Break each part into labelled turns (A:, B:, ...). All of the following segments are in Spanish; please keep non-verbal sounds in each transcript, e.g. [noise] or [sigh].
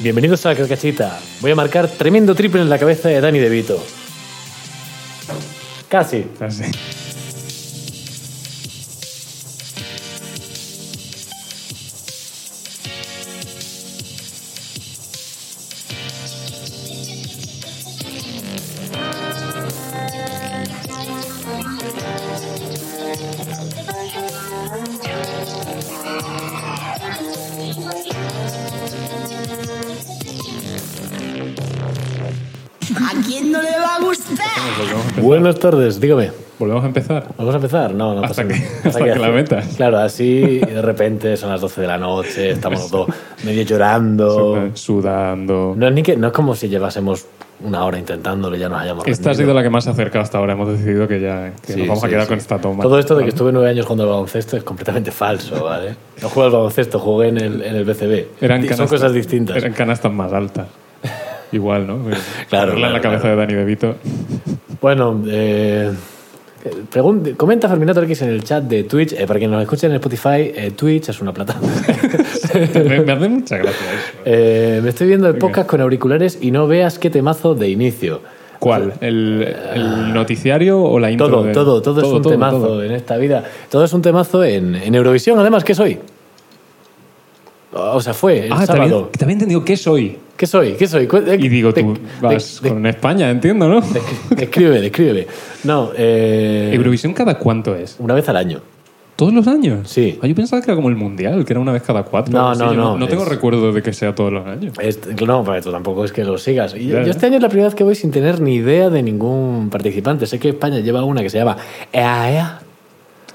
A: Bienvenidos a la carcachita. Voy a marcar tremendo triple en la cabeza de Dani De Vito. Casi.
B: [laughs] Así.
C: ¿A quién no le va a gustar?
B: Volvemos a empezar.
A: Buenas tardes, dígame.
B: Volvemos a empezar.
A: ¿Vamos a empezar? No, no pasa
B: Hasta que-
A: nada.
B: hasta que la metas.
A: Claro, así de repente son las 12 de la noche, estamos los dos medio llorando.
B: Sudando.
A: Oh. No es, ni que, no es como si llevásemos una hora intentándolo y ya nos hayamos
B: Esta ha
A: rendido.
B: sido la que más se acerca hasta ahora. Hemos decidido que ya que
A: Sí,
B: nos vamos
A: sí,
B: a quedar
A: sí.
B: con esta toma.
A: Todo esto de que
B: Vale.
A: estuve nueve años jugando al baloncesto es completamente falso, ¿vale? No jugué al baloncesto, jugué en el, en el BCB.
B: Eran
A: Son
B: canastas-
A: cosas distintas.
B: Eran canastas
A: [laughs]
B: más altas. Igual, ¿no?
A: Claro,
B: Ponerla en la
A: claro,
B: cabeza
A: claro.
B: de Dani Bebito.
A: Bueno, eh, pregun- comenta Ferminator X en el chat de Twitch. Eh, para quien nos escuche en Spotify, eh, Twitch es una plataforma.
B: me, me hace mucha gracia eso.
A: [laughs] Eh, me estoy viendo el podcast con auriculares y no veas qué temazo de inicio.
B: ¿Cuál? ¿El, el noticiario o la intro?
A: Todo,
B: del-
A: todo, todo es un
B: todo,
A: temazo
B: todo?
A: en esta vida. Todo es un temazo en, en Eurovisión, además, ¿qué soy? O sea, fue el
B: Ah,
A: sábado.
B: también, también he entendido qué soy.
A: ¿Qué soy? ¿Qué soy? Cu- eh, de-
B: Y digo,
A: de-
B: tú
A: de-
B: vas
A: de-
B: con España, entiendo, ¿no?
A: de- [laughs] Descríbeme, descríbeme. No, eh,
B: ¿Eurovisión cada cuánto es?
A: una vez al año.
B: ¿Todos los años?
A: Sí.
B: Ah, yo pensaba que era como el mundial, que era una vez cada cuatro.
A: No,
B: o así.
A: no,
B: Yo
A: no,
B: No tengo
A: es-
B: recuerdo de que sea todos los años.
A: Es- no, para tú tampoco es que lo sigas. Y yo,
B: Ya,
A: yo
B: ya.
A: este año es la primera vez que voy sin tener ni idea de ningún participante. Sé que España lleva una que se llama EAEA.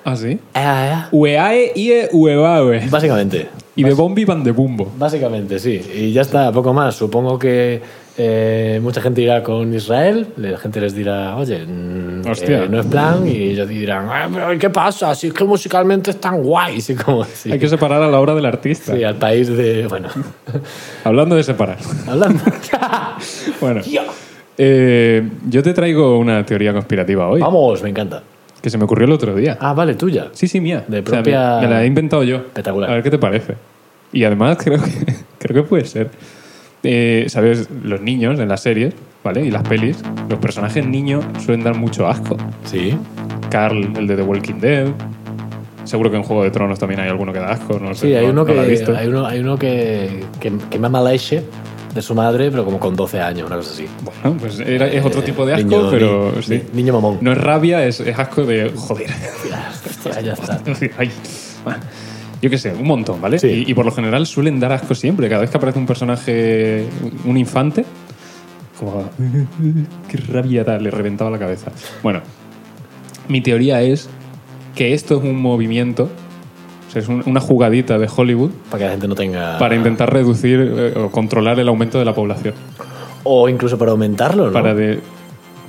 B: ¿Ah, sí?
A: EAEA.
B: Ueae, ie, uevae.
A: Básicamente.
B: Y de bombi van de bumbo.
A: Básicamente, sí. Y ya está, poco más. Supongo que eh, mucha gente irá con Israel, la gente les dirá, oye, mm,
B: Hostia.
A: eh, no es plan, y ellos dirán, "Ah, pero ¿qué pasa? Si es que musicalmente es tan guay, [laughs] sí, como sí.
B: Hay que separar a la obra del artista.
A: Sí, al país de. Bueno, [laughs]
B: Hablando de separar. [laughs]
A: hablando. [laughs]
B: bueno. Eh, yo te traigo una teoría conspirativa hoy,
A: Vamos, me encanta.
B: que se me ocurrió el otro día.
A: Ah, vale, tuya.
B: Sí, sí, mía.
A: De
B: O sea,
A: propia-
B: me, me la he inventado yo.
A: Espectacular.
B: A ver qué te parece. Y además [laughs] creo que, creo que puede ser. Eh, ¿Sabes? Los niños en las series, ¿vale? Y las pelis, los personajes niños suelen dar mucho asco.
A: Sí.
B: Carl, el de The Walking Dead. Seguro que en Juego de Tronos también hay alguno que da asco, no lo sé.
A: Sí, hay
B: no-
A: uno
B: no
A: que.
B: lo he visto.
A: Hay uno, hay uno que, que, que mama la eche de su madre, pero como con 12 años, una cosa así.
B: Bueno, pues era- es otro
A: Eh,
B: tipo de asco,
A: niño-
B: pero
A: ni-
B: sí.
A: ni- niño mamón.
B: No es rabia, es, es asco de joder.
A: Ya, ya está.
B: Ay. Yo qué sé, un montón, ¿vale?
A: Sí.
B: Y, y por lo general suelen dar asco siempre. Cada vez que aparece un personaje, un infante, como. [laughs] ¡Qué rabia da! Le reventaba la cabeza. Bueno, mi teoría es que esto es un movimiento, o sea, es un- una jugadita de Hollywood
A: Para que la gente no tenga.
B: para intentar reducir eh, o controlar el aumento de la población.
A: O incluso para aumentarlo, ¿no?
B: Para de.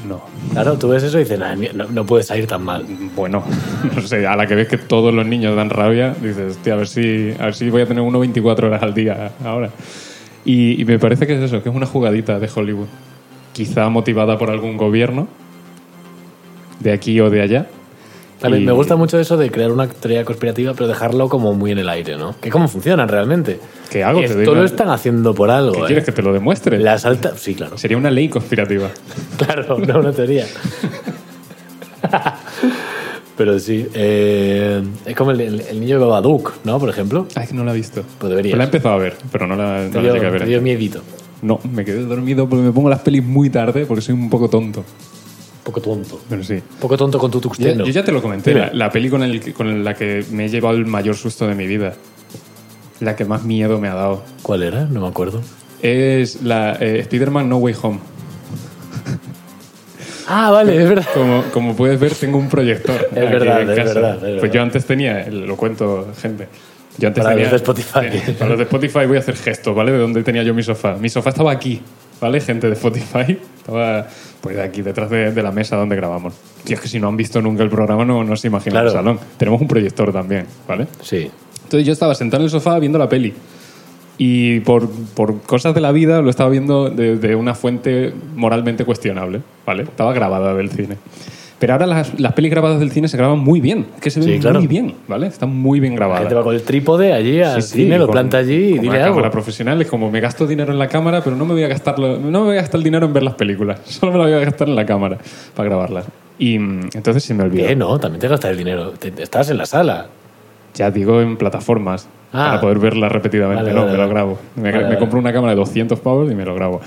B: No.
A: Claro, tú ves eso y dices, "Nah, no, no puede salir tan mal.
B: Bueno, [laughs] no sé, a la que ves que todos los niños dan rabia, dices, hostia, a ver si, a ver si voy a tener uno 24 horas al día ahora. Y, y me parece que es eso, que es una jugadita de Hollywood. Quizá motivada por algún gobierno, de aquí o de allá.
A: También
B: Y-
A: me gusta mucho eso de crear una teoría conspirativa, pero dejarlo como muy en el aire, ¿no? Que cómo funcionan realmente.
B: Que algo te
A: Esto
B: diga-
A: lo están haciendo por algo,
B: ¿Qué
A: ¿eh?
B: quieres que te lo demuestre?
A: Las altas... Sí, claro.
B: Sería una ley conspirativa.
A: Claro, [laughs] no una teoría. pero sí. eh, es como el, el- el niño de Babadook, ¿no? Por ejemplo.
B: Ah, es que no la he visto.
A: Pues deberías.
B: la he empezado a ver, pero no la,
A: Te
B: no la
A: dio,
B: llegué a ver.
A: te dio miedito.
B: No, me quedé dormido porque me pongo las pelis muy tarde porque soy un poco tonto.
A: Poco tonto.
B: Pero sí.
A: Poco tonto con tu
B: Ya-
A: tuxteno.
B: Yo ya te lo comenté,
A: Dime.
B: la, la peli con, el, que- con la que me he llevado el mayor susto de mi vida. La que más miedo me ha dado.
A: ¿Cuál era? No me acuerdo.
B: Es la eh, Spider-Man No Way Home.
A: Ah, vale, es verdad.
B: Como, como puedes ver, tengo un proyector.
A: Es verdad,
B: en
A: es
B: casa.
A: verdad, es verdad.
B: Pues yo antes tenía, lo cuento, gente. Yo antes
A: Para los
B: tenía,
A: de Spotify.
B: [laughs] Eh, para los de Spotify voy a hacer gestos, ¿vale? De donde tenía yo mi sofá. Mi sofá estaba aquí, ¿vale? Gente de Spotify. Estaba pues aquí, detrás de, de la mesa donde grabamos. Tío, es que si no han visto nunca el programa, no, no se imaginan
A: Claro.
B: el salón. Tenemos un proyector también, ¿vale?
A: Sí.
B: Entonces yo estaba sentado en el sofá viendo la peli. Y por, por cosas de la vida lo estaba viendo desde una fuente moralmente cuestionable, ¿vale? Estaba grabada del cine. Pero ahora las, las pelis grabadas del cine se graban muy bien. Es que se ven
A: Sí, claro.
B: muy bien, ¿vale? Están muy bien
A: La
B: grabadas.
A: gente va con el trípode allí al
B: Sí, sí,
A: cine, lo
B: con-
A: planta allí y
B: con
A: dile
B: una
A: algo.
B: cámara profesional es como me gasto dinero en la cámara, pero no me voy a gastarlo, no me voy a gastar el dinero en ver las películas. [laughs] Solo me lo voy a gastar en la cámara para grabarlas. Y mm, entonces se me olvidó.
A: Bien, no, también te gastas el dinero. Te- te- estás en la sala.
B: Ya digo en plataformas
A: Ah.
B: para poder verlas repetidamente.
A: Vale,
B: no,
A: vale,
B: me
A: vale.
B: lo grabo. Me,
A: Vale,
B: me
A: vale.
B: compro una cámara de 200 pavos y me lo grabo.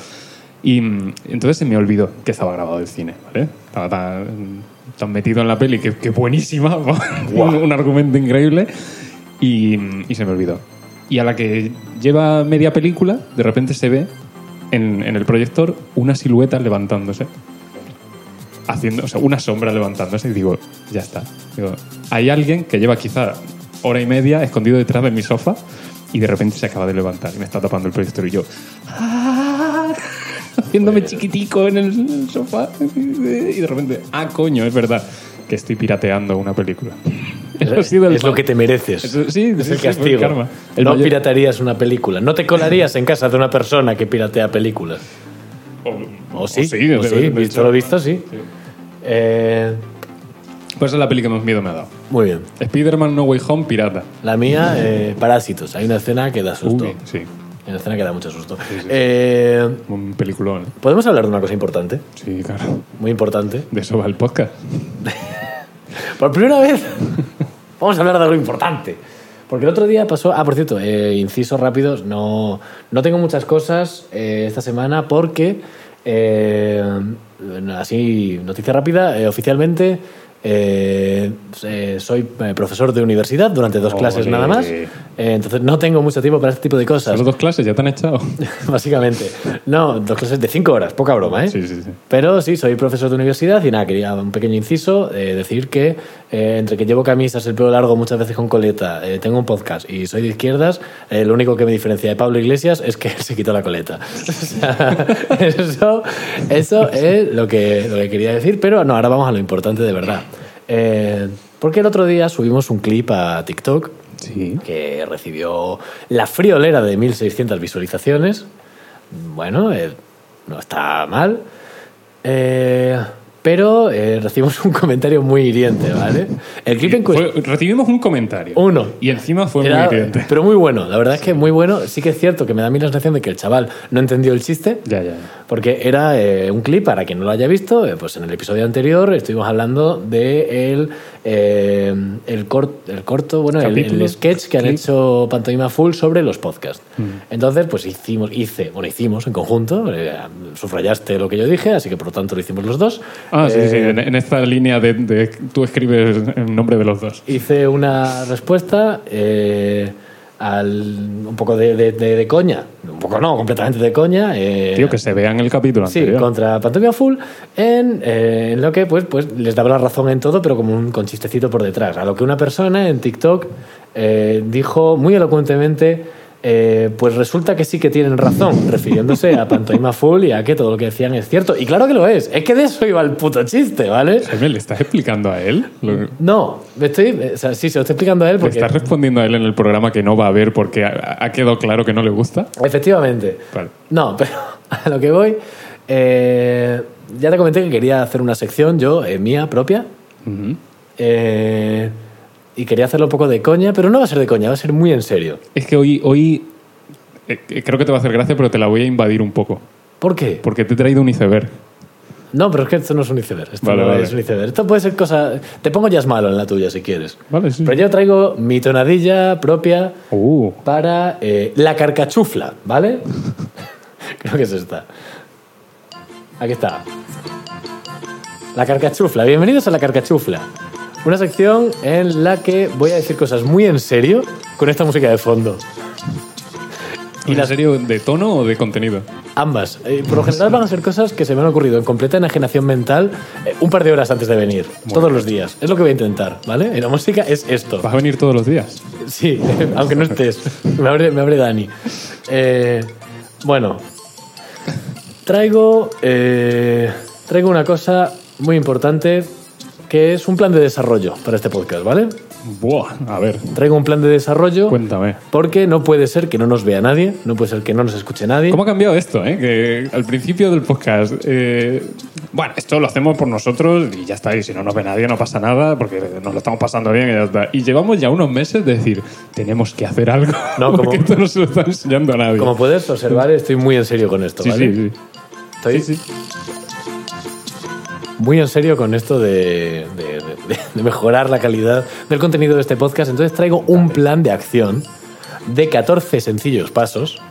B: Y mm, entonces se me olvidó que estaba grabado el cine, ¿vale? Estaba tan, tan metido en la peli que, que buenísima, [laughs] un, un argumento increíble y, mm, y se me olvidó. Y a la que lleva media película, de repente se ve en, en el proyector una silueta levantándose haciendo, o sea, una sombra levantándose y digo, ya está. Digo, hay alguien que lleva quizá hora y media escondido detrás de mi sofá y de repente se acaba de levantar y me está tapando el proyector y yo, "Ah", [laughs] haciéndome chiquitico en el sofá y de repente, ah, coño, es verdad que estoy pirateando una película. [laughs] Eso ha
A: Es,
B: sido el
A: lo que te mereces.
B: Eso- sí,
A: es
B: sí,
A: el
B: sí, fue el
A: castigo.
B: karma. El
A: no
B: mayor-
A: piratearías una película. No te colarías en casa de una persona que piratea películas. O sí,
B: de-
A: o sí,
B: de- de
A: visto
B: hecho.
A: lo visto, sí.
B: Sí.
A: Eh,
B: Pues esa es la película que más miedo me ha dado.
A: muy bien.
B: Spider-Man No Way Home, pirata.
A: La [laughs] mía, eh, Parásitos. Hay una escena que da susto.
B: Uy, sí,
A: Hay una escena que da mucho susto. Eh,
B: un peliculón.
A: Podemos hablar de una cosa importante,
B: Sí, claro.
A: muy importante.
B: De eso va el podcast.
A: Por primera vez, [laughs] vamos a hablar de algo importante. Porque el otro día pasó. Ah, por cierto, eh, inciso rápido. No, no tengo muchas cosas eh, esta semana porque. eh, así, noticia rápida. eh, oficialmente eh, eh, soy eh, profesor de universidad durante dos
B: Ole.
A: clases nada más. Eh, entonces no tengo mucho tiempo para este tipo de cosas,
B: Las dos clases ya te han [laughs] echado.
A: [laughs] básicamente. No, dos clases de cinco horas, poca broma, ¿eh?
B: Sí, sí, sí.
A: Pero sí, soy profesor de universidad y nada, quería un pequeño inciso, eh, decir que eh, entre que llevo camisas, el pelo largo muchas veces con coleta, eh, tengo un podcast y soy de izquierdas, eh, lo único que me diferencia de Pablo Iglesias es que [laughs] se quitó la coleta. O sea, eso eso es lo que, lo que quería decir, pero no, ahora vamos a lo importante de verdad. Eh, porque el otro día subimos un clip a TikTok
B: Sí.
A: que recibió la friolera de 1600 visualizaciones. Bueno, eh, no está mal. Eh, pero eh, recibimos un comentario muy hiriente, ¿vale? El clip en
B: Pues
A: cuestión.
B: recibimos un comentario.
A: Uno.
B: Y encima fue
A: Era-
B: muy evidente.
A: pero muy bueno, la verdad es que muy bueno. Sí que es cierto que me da a mí la sensación de que el chaval no entendió el chiste.
B: [laughs] Ya, ya.
A: Porque era eh, un clip, para quien no lo haya visto, eh, pues en el episodio anterior estuvimos hablando de el, eh, el, cor- el corto, bueno, el, el
B: Capítulo,
A: sketch que han
B: clip. Mm.
A: hecho Pantomima Full sobre los podcasts. Entonces, pues hicimos, hice, bueno, hicimos en conjunto, eh, subrayaste lo que yo dije, así que por lo tanto lo hicimos los dos.
B: Ah, sí,
A: Eh,
B: sí. En, en esta línea de, de- tú escribes el nombre de los dos.
A: hice una respuesta eh, al, un poco de, de- de- de coña, un poco no, completamente de coña. eh,
B: Tío, que se vea en el capítulo
A: Sí,
B: anterior.
A: contra Pantomima Full, en, eh, en lo que pues, pues les daba la razón en todo, pero como un con chistecito por detrás. A lo que una persona en TikTok eh, dijo muy elocuentemente, eh, pues resulta que sí que tienen razón, [laughs] refiriéndose a Pantomima Full y a que todo lo que decían es cierto. Y claro que lo es, es que de eso iba el puto chiste, ¿vale?
B: Jaime, ¿le estás explicando a él? Lo-
A: No, me estoy, eh, o sea, sí, se lo estoy explicando a él
B: ¿Le
A: porque...
B: estás respondiendo a él en el programa que no va a ver porque ha, ha quedado claro que no le gusta?
A: Efectivamente.
B: Vale.
A: No, [laughs] pero a lo que voy, eh, ya te comenté que quería hacer una sección yo, eh, mía propia,
B: Ujú.
A: Eh, y quería hacerlo un poco de coña, pero no va a ser de coña, va a ser muy en serio.
B: Es que hoy, hoy eh, eh, creo que te va a hacer gracia, pero te la voy a invadir un poco.
A: ¿Por qué?
B: Porque te he traído un iceberg.
A: No, pero es que esto no es un iceberg. Esto
B: Vale,
A: no
B: vale.
A: es un iceberg. Esto puede ser cosa. Te pongo ya es malo en la tuya si quieres.
B: Vale, sí.
A: Pero yo traigo mi tonadilla propia
B: Uh.
A: para eh, la carcachufla, ¿vale? [laughs] Creo que es esta. Aquí está. La carcachufla. Bienvenidos a la carcachufla. Una sección en la que voy a decir cosas muy en serio con esta música de fondo.
B: ¿Y la serie de tono o de contenido?
A: Ambas. Eh, por lo general van a ser cosas que se me han ocurrido en completa enajenación mental eh, un par de horas antes de venir. todos los días. Es lo que voy a intentar, ¿vale? Y la música es esto.
B: ¿Vas a venir todos los días?
A: Sí, [laughs] aunque no estés. Me abre, me abre Dani. Eh, bueno. Traigo, eh, traigo una cosa muy importante que es un plan de desarrollo para este podcast, ¿vale?
B: Buah, a ver,
A: Traigo un plan de desarrollo
B: cuéntame.
A: porque no puede ser que no nos vea nadie, no puede ser que no nos escuche nadie.
B: ¿Cómo ha cambiado esto? Eh? Que al principio del podcast, eh, bueno, esto lo hacemos por nosotros y ya está, y si no nos ve nadie no pasa nada, porque nos lo estamos pasando bien y ya está. Y llevamos ya unos meses de decir, tenemos que hacer algo,
A: No, como-
B: [laughs] porque esto no se lo está enseñando a nadie.
A: Como puedes observar, estoy muy en serio con esto,
B: sí,
A: ¿vale?
B: sí, sí.
A: Estoy
B: Sí, sí.
A: muy en serio con esto de, de- de- de mejorar la calidad del contenido de este podcast. Entonces traigo un plan de acción de 14 sencillos pasos,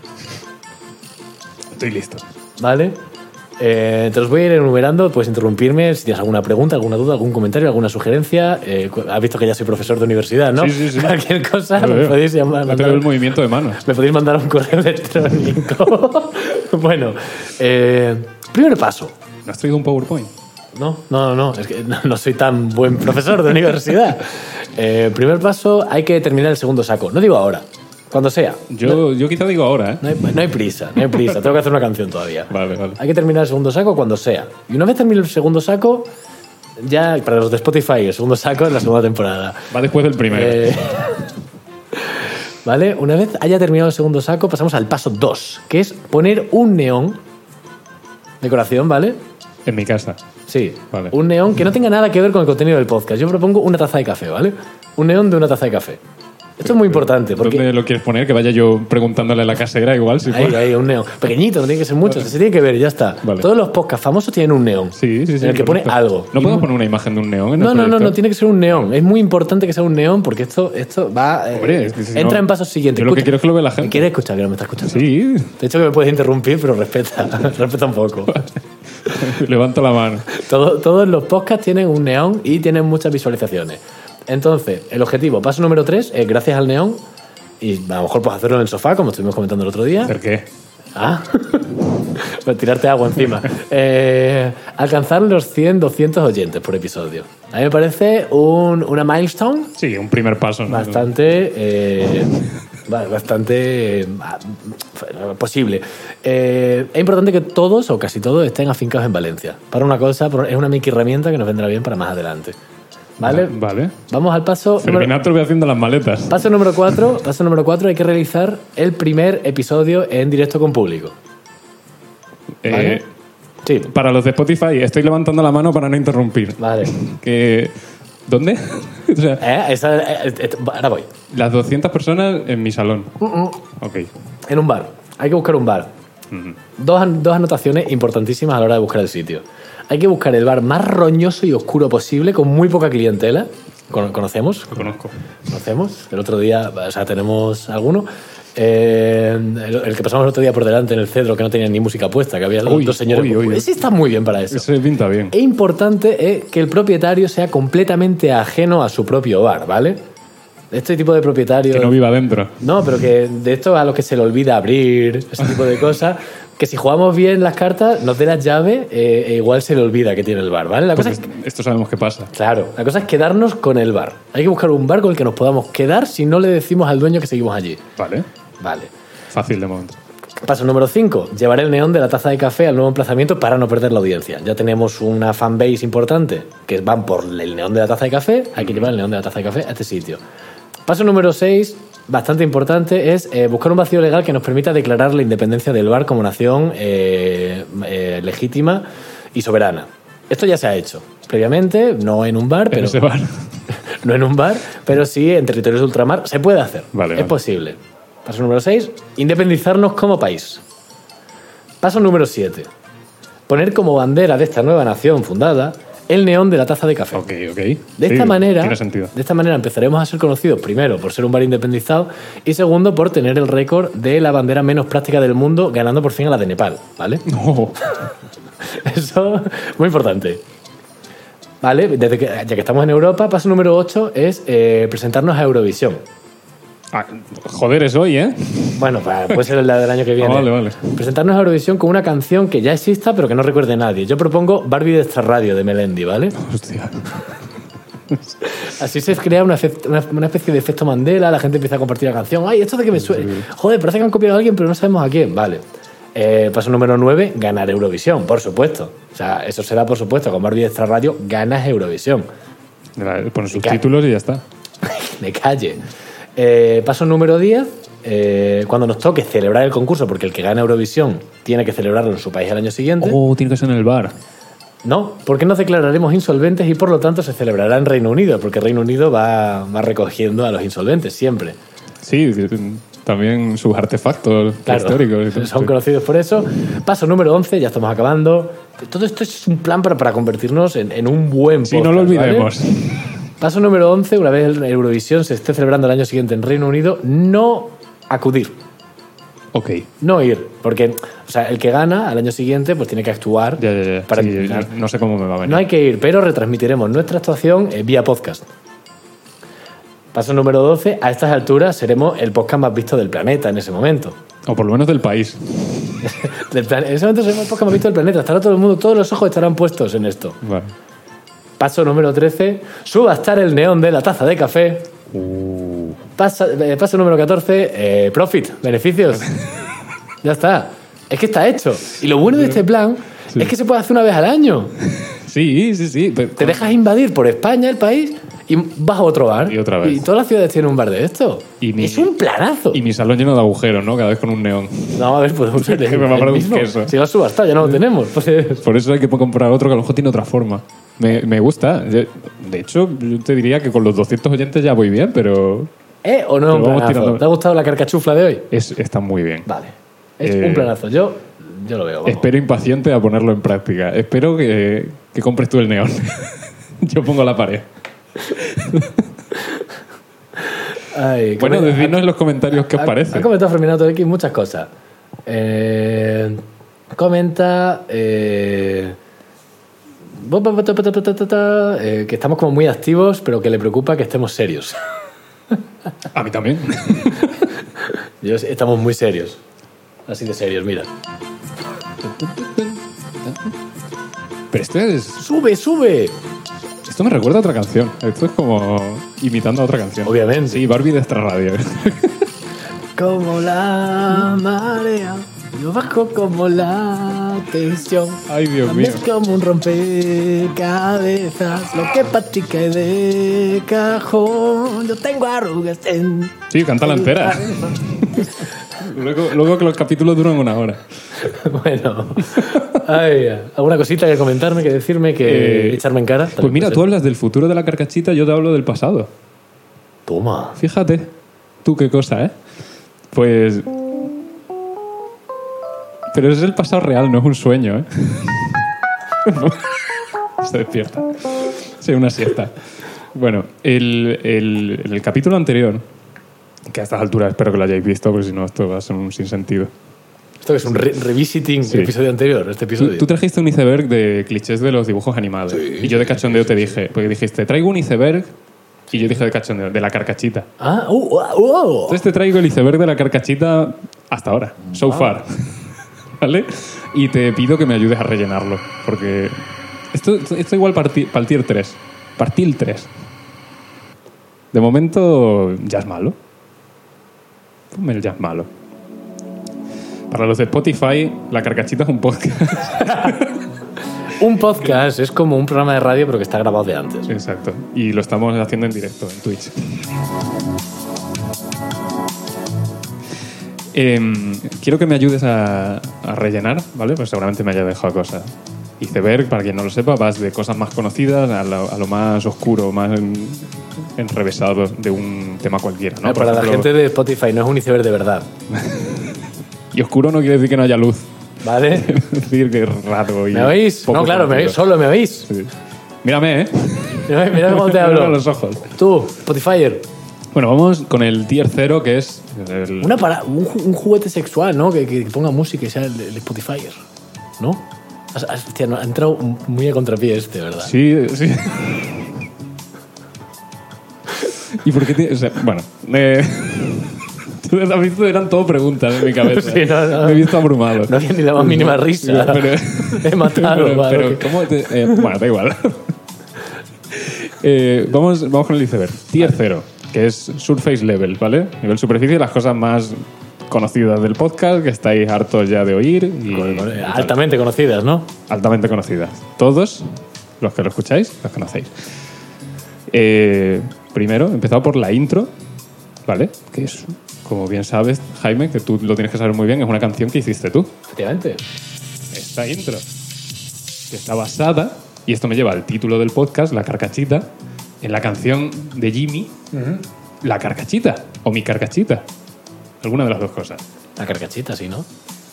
B: Estoy listo.
A: ¿vale? Eh, te los voy a ir enumerando, puedes interrumpirme si tienes alguna pregunta, alguna duda, algún comentario, alguna sugerencia. Eh, cu- has visto que ya soy profesor de universidad, ¿no?
B: Sí, sí, sí.
A: Cualquier cosa,
B: Lo
A: me
B: veo.
A: podéis llamar.
B: No te veo el movimiento de manos.
A: Me podéis mandar un correo electrónico. [laughs] bueno, eh, primer paso.
B: ¿No has traído un PowerPoint?
A: No, no, no, es que no, no soy tan buen profesor de
B: [laughs]
A: universidad. Eh, primer paso, hay que terminar el segundo saco. No digo ahora, cuando sea.
B: Yo, yo quizá digo ahora, ¿eh?
A: No hay, no hay prisa, no hay prisa. Tengo que hacer una canción todavía.
B: [laughs] Vale, vale.
A: Hay que terminar el segundo saco cuando sea. Y una vez termine el segundo saco, ya para los de Spotify, el segundo saco es la segunda temporada.
B: Va después del primero.
A: Eh, [laughs] vale, una vez haya terminado el segundo saco, pasamos al paso 2, que es poner un neón. Decoración, ¿vale?
B: En mi casa.
A: Sí,
B: Vale.
A: un neón que no tenga nada que ver con el contenido del podcast. Yo propongo una taza de café, ¿vale? Un neón de una taza de café. Esto es muy importante porque
B: ¿Dónde lo quieres poner? Que vaya yo preguntándole a la casera igual. Si
A: hay,
B: fuera.
A: un neón pequeñito, no tiene que ser mucho, se tiene que ver, ya está.
B: Vale.
A: Todos los podcasts famosos tienen un neón
B: Sí, sí, sí.
A: en el que pone
B: correcto.
A: algo.
B: ¿No
A: Y
B: puedo
A: mu-
B: poner una imagen de un neón en
A: no,
B: el
A: no, no, no,
B: proyector?
A: tiene que ser un neón. Es muy importante que sea un neón porque esto, esto va. eh,
B: Hombre, es que si
A: entra
B: no-
A: en pasos siguientes.
B: yo lo que
A: Escucha.
B: quiero es que lo vea la gente.
A: Me quiere escuchar, que no me está escuchando.
B: Sí,
A: De hecho, que me puedes interrumpir, pero respeta, [laughs] respeta un poco.
B: [laughs] levanto la mano.
A: Todo- todos los podcasts tienen un neón y tienen muchas visualizaciones. Entonces, el objetivo, paso número 3, es gracias al neón, y a lo mejor puedes hacerlo en el sofá, como estuvimos comentando el otro día.
B: ¿Hacer qué?
A: Ah, [laughs] pues tirarte agua encima. Eh, alcanzar los 100, 200 oyentes por episodio. A mí me parece un- una milestone
B: Sí, un primer paso. ¿no?
A: bastante eh, ba- bastante eh, ah, f- posible Eh, es importante que todos o casi todos estén afincados en Valencia para una cosa por- es una mini herramienta que nos vendrá bien para más adelante vale
B: Vale.
A: vamos al paso número,
B: Ferminato voy haciendo las maletas.
A: paso número 4 paso número 4 hay que realizar el primer episodio en directo con público
B: Eh,
A: ¿vale? sí
B: para los de Spotify, estoy levantando la mano para no interrumpir.
A: vale
B: Que, ¿Dónde? [laughs] o sea,
A: Eh, esa- eh, eh, ahora voy
B: las 200 personas en mi salón. Ok.
A: En un bar. Hay que buscar un bar. Dos, an- dos anotaciones importantísimas a la hora de buscar el sitio. Hay que buscar el bar más roñoso y oscuro posible, con muy poca clientela. Cono- ¿Conocemos?
B: Lo conozco.
A: Conocemos. El otro día, o sea, tenemos alguno. Eh, el, el que pasamos el otro día por delante en el cedro, que no tenía ni música puesta, que había
B: Uy,
A: dos señores.
B: uy, uy,
A: Ese está muy bien para eso.
B: Eso pinta bien.
A: Es importante eh, que el propietario sea completamente ajeno a su propio bar, ¿vale? Este tipo de propietario...
B: Que no viva adentro.
A: No, pero que de esto a los que se le olvida abrir, ese tipo de cosas, que si jugamos bien las cartas, nos dé las llaves, eh, e igual se le olvida que tiene el bar, ¿vale? La cosa es que-
B: Esto sabemos qué pasa.
A: claro, la cosa es quedarnos con el bar. Hay que buscar un bar con el que nos podamos quedar si no le decimos al dueño que seguimos allí.
B: Vale.
A: Vale.
B: Fácil de momento.
A: Paso número 5. Llevaré el neón de la taza de café al nuevo emplazamiento para no perder la audiencia. Ya tenemos una fanbase importante que van por el neón de la taza de café. Hay que llevar el neón de la taza de café a este sitio. Paso número 6, bastante importante, es eh, buscar un vacío legal que nos permita declarar la independencia del bar como nación eh, eh, legítima y soberana. Esto ya se ha hecho previamente, no en un bar,
B: En
A: pero
B: ese bar.
A: no en un bar, pero sí en territorios de ultramar. Se puede hacer.
B: Vale,
A: es
B: vale.
A: posible. Paso número 6, independizarnos como país. Paso número 7, poner como bandera de esta nueva nación fundada el neón de la taza de café.
B: Ok, ok.
A: De esta,
B: Sí,
A: manera,
B: Tiene sentido.
A: de esta manera empezaremos a ser conocidos, primero, por ser un bar independizado y segundo, por tener el récord de la bandera menos práctica del mundo, ganando por fin a la de Nepal, ¿vale?
B: [laughs] No.
A: [laughs] Eso muy importante. Vale, desde que, ya que estamos en Europa, paso número 8 es eh, presentarnos a Eurovisión.
B: Ah, joder, es hoy,
A: [laughs]
B: ¿eh?
A: Bueno,
B: [laughs]
A: pa- puede ser la del año que viene.
B: vale, vale.
A: Presentarnos a Eurovisión con una canción que ya exista pero que no recuerde nadie. Yo propongo Barbie de Extra Radio de Melendi, ¿vale?
B: Hostia.
A: Así se crea una, efect- una- una especie de efecto Mandela, la gente empieza a compartir la canción. ¡Ay, esto de que me suena! Joder, parece que han copiado a alguien, pero no sabemos a quién. Vale. Eh, paso número 9, ganar Eurovisión, por supuesto. O sea, eso será por supuesto. Con Barbie Extra Radio ganas Eurovisión.
B: La- Pone subtítulos y ya está.
A: de calle. Eh, paso número 10. eh, cuando nos toque celebrar el concurso, porque el que gana Eurovisión tiene que celebrarlo en su país el año siguiente.
B: Oh, tiene que ser en el bar.
A: No, porque nos declararemos insolventes y por lo tanto se celebrará en Reino Unido, porque Reino Unido va, va recogiendo a los insolventes siempre.
B: Sí, sí, también sus artefactos
A: Claro, [laughs]
B: históricos. y todo.
A: son
B: Sí.
A: conocidos por eso. Paso número 11, ya estamos acabando. Todo esto es un plan para, para convertirnos en, en un buen
B: Sí, no lo
A: podcast, ¿vale?
B: olvidemos.
A: Paso número 11, una vez el Eurovisión se esté celebrando el año siguiente en Reino Unido, no acudir.
B: Ok.
A: no ir, porque o sea, el que gana al año siguiente pues tiene que actuar
B: Ya, ya, ya.
A: para
B: Sí,
A: ganar.
B: no sé cómo me va a venir.
A: No hay que ir, pero retransmitiremos nuestra actuación eh, vía podcast. Paso número 12, a estas alturas seremos el podcast más visto del planeta en ese momento.
B: O por lo menos del país.
A: Del plan- en ese momento seremos el podcast más visto del planeta, estará todo el mundo, todos los ojos estarán puestos en esto.
B: Vale.
A: Paso número 13, subastar el neón de la taza de café.
B: Uh.
A: Pasa- eh, paso número 14, eh, profit,
B: [laughs]
A: beneficios. ya está. Es que está hecho. Y lo bueno de este plan es que se puede hacer una vez al año.
B: Sí, sí, sí. pero-
A: Te dejas invadir por España, el país, y vas a otro bar.
B: Y otra vez.
A: Y todas las ciudades tienen un bar de esto.
B: Y mi-
A: Es un planazo.
B: Y mi salón lleno de agujeros, ¿no? Cada vez con un neón.
A: No, a ver, podemos
B: [laughs]
A: ser
B: Que me va a
A: el
B: parar un
A: mismo.
B: queso.
A: Si lo has subastado, ya no lo tenemos. Pues,
B: Por eso hay que comprar otro que a lo mejor tiene otra forma. Me, me gusta. Yo- De hecho, yo te diría que con los 200 oyentes ya voy bien, pero
A: ¿Eh o no?
B: Pero
A: Un
B: vamos
A: planazo.
B: tirando.
A: ¿Te ha gustado la carcachufla de hoy?
B: es, está muy bien.
A: Vale. Es
B: Eh,
A: un planazo. Yo, yo lo veo. vamos.
B: Espero impaciente a ponerlo en práctica. Espero que, que compres tú el neón. [laughs] yo pongo la pared.
A: Ay,
B: Bueno,
A: come-
B: decidnos en los comentarios qué os
A: ha-
B: parece.
A: Ha comentado Ferminato X muchas cosas. Eh, comenta. eh, bo- bo- bo- ta- ta- ta- ta- ta- ta, eh, que estamos como muy activos, pero que le preocupa que estemos serios. [laughs]
B: A mí también.
A: Yo- estamos muy serios. Así de serios, mira.
B: Pero esto es.
A: ¡Sube, sube!
B: Esto me recuerda a otra canción. Esto es como imitando a otra canción.
A: Obviamente.
B: Sí, Barbie de Extra Radio.
A: Como la marea, yo bajo como la tensión.
B: Ay, Dios
A: También
B: mío.
A: Es como un rompecabezas, lo que patica y de cajón. Yo tengo arrugas en.
B: Sí, canta la entera. [laughs] luego, luego que los capítulos duran una hora.
A: [laughs] bueno, ay, alguna cosita que comentarme, que decirme, que
B: Eh,
A: echarme en cara.
B: Pues mira, tú hablas del futuro de la carcachita, yo te hablo del pasado.
A: Toma.
B: Fíjate, tú qué cosa, ¿eh? Pues... Pero es el pasado real, no es un sueño, ¿eh? [laughs] Se despierta. Sí, una siesta. Bueno, el, el- en el capítulo anterior, que a estas alturas espero que lo hayáis visto, porque si no esto va a ser un sinsentido.
A: Esto es un re- revisiting del episodio anterior, este
B: Tú,
A: episodio.
B: tú trajiste un iceberg de clichés de los dibujos animados. y yo de cachondeo te dije, porque dijiste, traigo un iceberg. Y yo dije de cachondeo, de la carcachita.
A: Ah, uh, uh, uh.
B: Entonces te traigo el iceberg de la carcachita hasta ahora, so far. [laughs] ¿Vale? Y te pido que me ayudes a rellenarlo, porque esto, esto, esto igual parti- partir 3. Partir 3. De momento ya es malo. Ponme el ya es malo. Para los de Spotify, la carcachita es un podcast.
A: Un podcast es como un programa de radio, pero que está grabado de antes.
B: Exacto. Y lo estamos haciendo en directo, en Twitch. Em, quiero que me ayudes a, a rellenar, ¿vale? Pues seguramente me haya dejado cosas. Iceberg, para quien no lo sepa, vas de cosas más conocidas a lo, a lo más oscuro, más en- enrevesado de un tema cualquiera, ¿no?
A: Eh,
B: Por
A: para la
B: ejemplo,
A: gente de Spotify no es un iceberg de verdad,
B: Y oscuro no quiere decir que no haya luz. [laughs]
A: ¿vale?
B: Es decir, que es raro. y
A: ¿Me oís?
B: poco
A: No, claro, me oís,
B: conocido.
A: solo me oís.
B: Sí. Mírame, ¿eh?
A: Mira [laughs] mira cómo
B: [laughs]
A: te
B: Mírame a
A: hablo.
B: los ojos.
A: Tú, Spotifyer,
B: Bueno, vamos con el tier 0, que es el,
A: una para, un, ju- un juguete sexual, ¿no? Que, que ponga música y sea el, el Spotifyer, ¿no? Has- has- Hostia, no, ha entrado muy a contrapié este, ¿verdad?
B: Sí, sí. ¿Y por qué te, o sea, bueno, eh, [laughs] tú has visto, eran todo preguntas en mi cabeza.
A: Sí, no, no.
B: Me he visto abrumado.
A: No había ni la más
B: [laughs]
A: mínima risa.
B: Pero-
A: [laughs] He matado.
B: pero,
A: vale,
B: pero
A: ok.
B: ¿cómo te- eh, bueno, da igual. [laughs] Eh, vamos, vamos con el iceberg. Tier 0, que es surface level, ¿vale? Nivel superficie, las cosas más conocidas del podcast, que estáis hartos ya de oír. Y, y
A: Eh,
B: tal
A: Altamente conocidas, ¿no?
B: altamente conocidas. Todos los que lo escucháis, los conocéis. Eh, primero, empezado por la intro, ¿vale? Que es, como bien sabes, Jaime, que tú lo tienes que saber muy bien, es una canción que hiciste tú.
A: Efectivamente.
B: Esta intro, que está basada, y esto me lleva al título del podcast, La Carcachita, en la canción de Jimmy, La Carcachita, o Mi Carcachita. Alguna de las dos cosas.
A: La carcachita, sí, ¿no?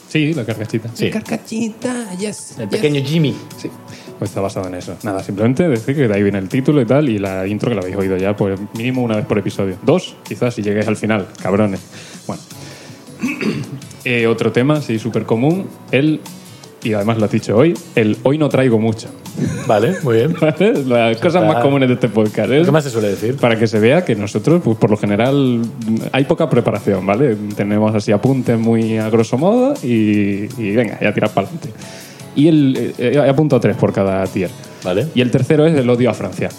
B: Sí, La Carcachita.
A: Sí.
D: Carcachita, yes.
A: El pequeño Jimmy.
B: Sí, pues está basado en eso. Nada, simplemente decir que de ahí viene el título y tal, y la intro que la habéis oído ya, pues mínimo una vez por episodio. Dos, quizás, si lleguéis al final, cabrones. Bueno. [clears throat] Eh, otro tema, sí, súper común, el, y además lo has dicho hoy, el hoy no traigo mucho. [laughs]
A: Vale, muy bien.
B: ¿Vale? Las cosas más comunes de este podcast. ¿eh?
A: ¿Qué más se suele
B: [laughs]
A: decir?
B: Para que se vea que nosotros, pues por lo general, hay poca preparación, ¿vale? Tenemos así apuntes muy a grosso modo y, y venga, ya tirar para adelante. Y el, eh, eh, he apuntado tres por cada tier.
A: Vale.
B: Y el tercero es el odio a Francia.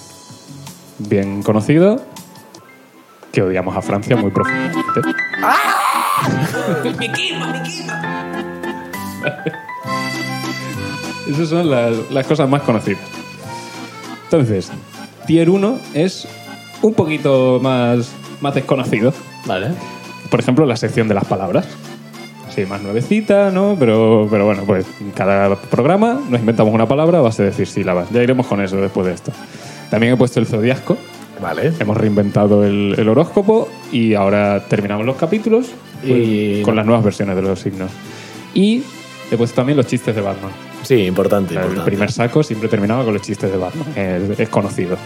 B: Bien conocido, que odiamos a Francia muy profundamente.
D: Me quema, me quema.
B: [laughs] Esas son las, las cosas más conocidas. Entonces, tier 1 es un poquito más, más desconocido.
A: Vale.
B: Por ejemplo, la sección de las palabras. Sí, más nuevecita, ¿no? Pero, pero bueno, pues en cada programa nos inventamos una palabra a base de decir sílabas. Ya iremos con eso después de esto. También he puesto el zodiasco.
A: Vale.
B: Hemos reinventado el, el horóscopo y ahora terminamos los capítulos
A: Y-
B: con las nuevas versiones de los signos. Y he puesto también los chistes de Batman.
A: Sí, importante.
B: O sea, el
A: importante.
B: primer saco siempre terminaba con los chistes de Batman. Es, es conocido.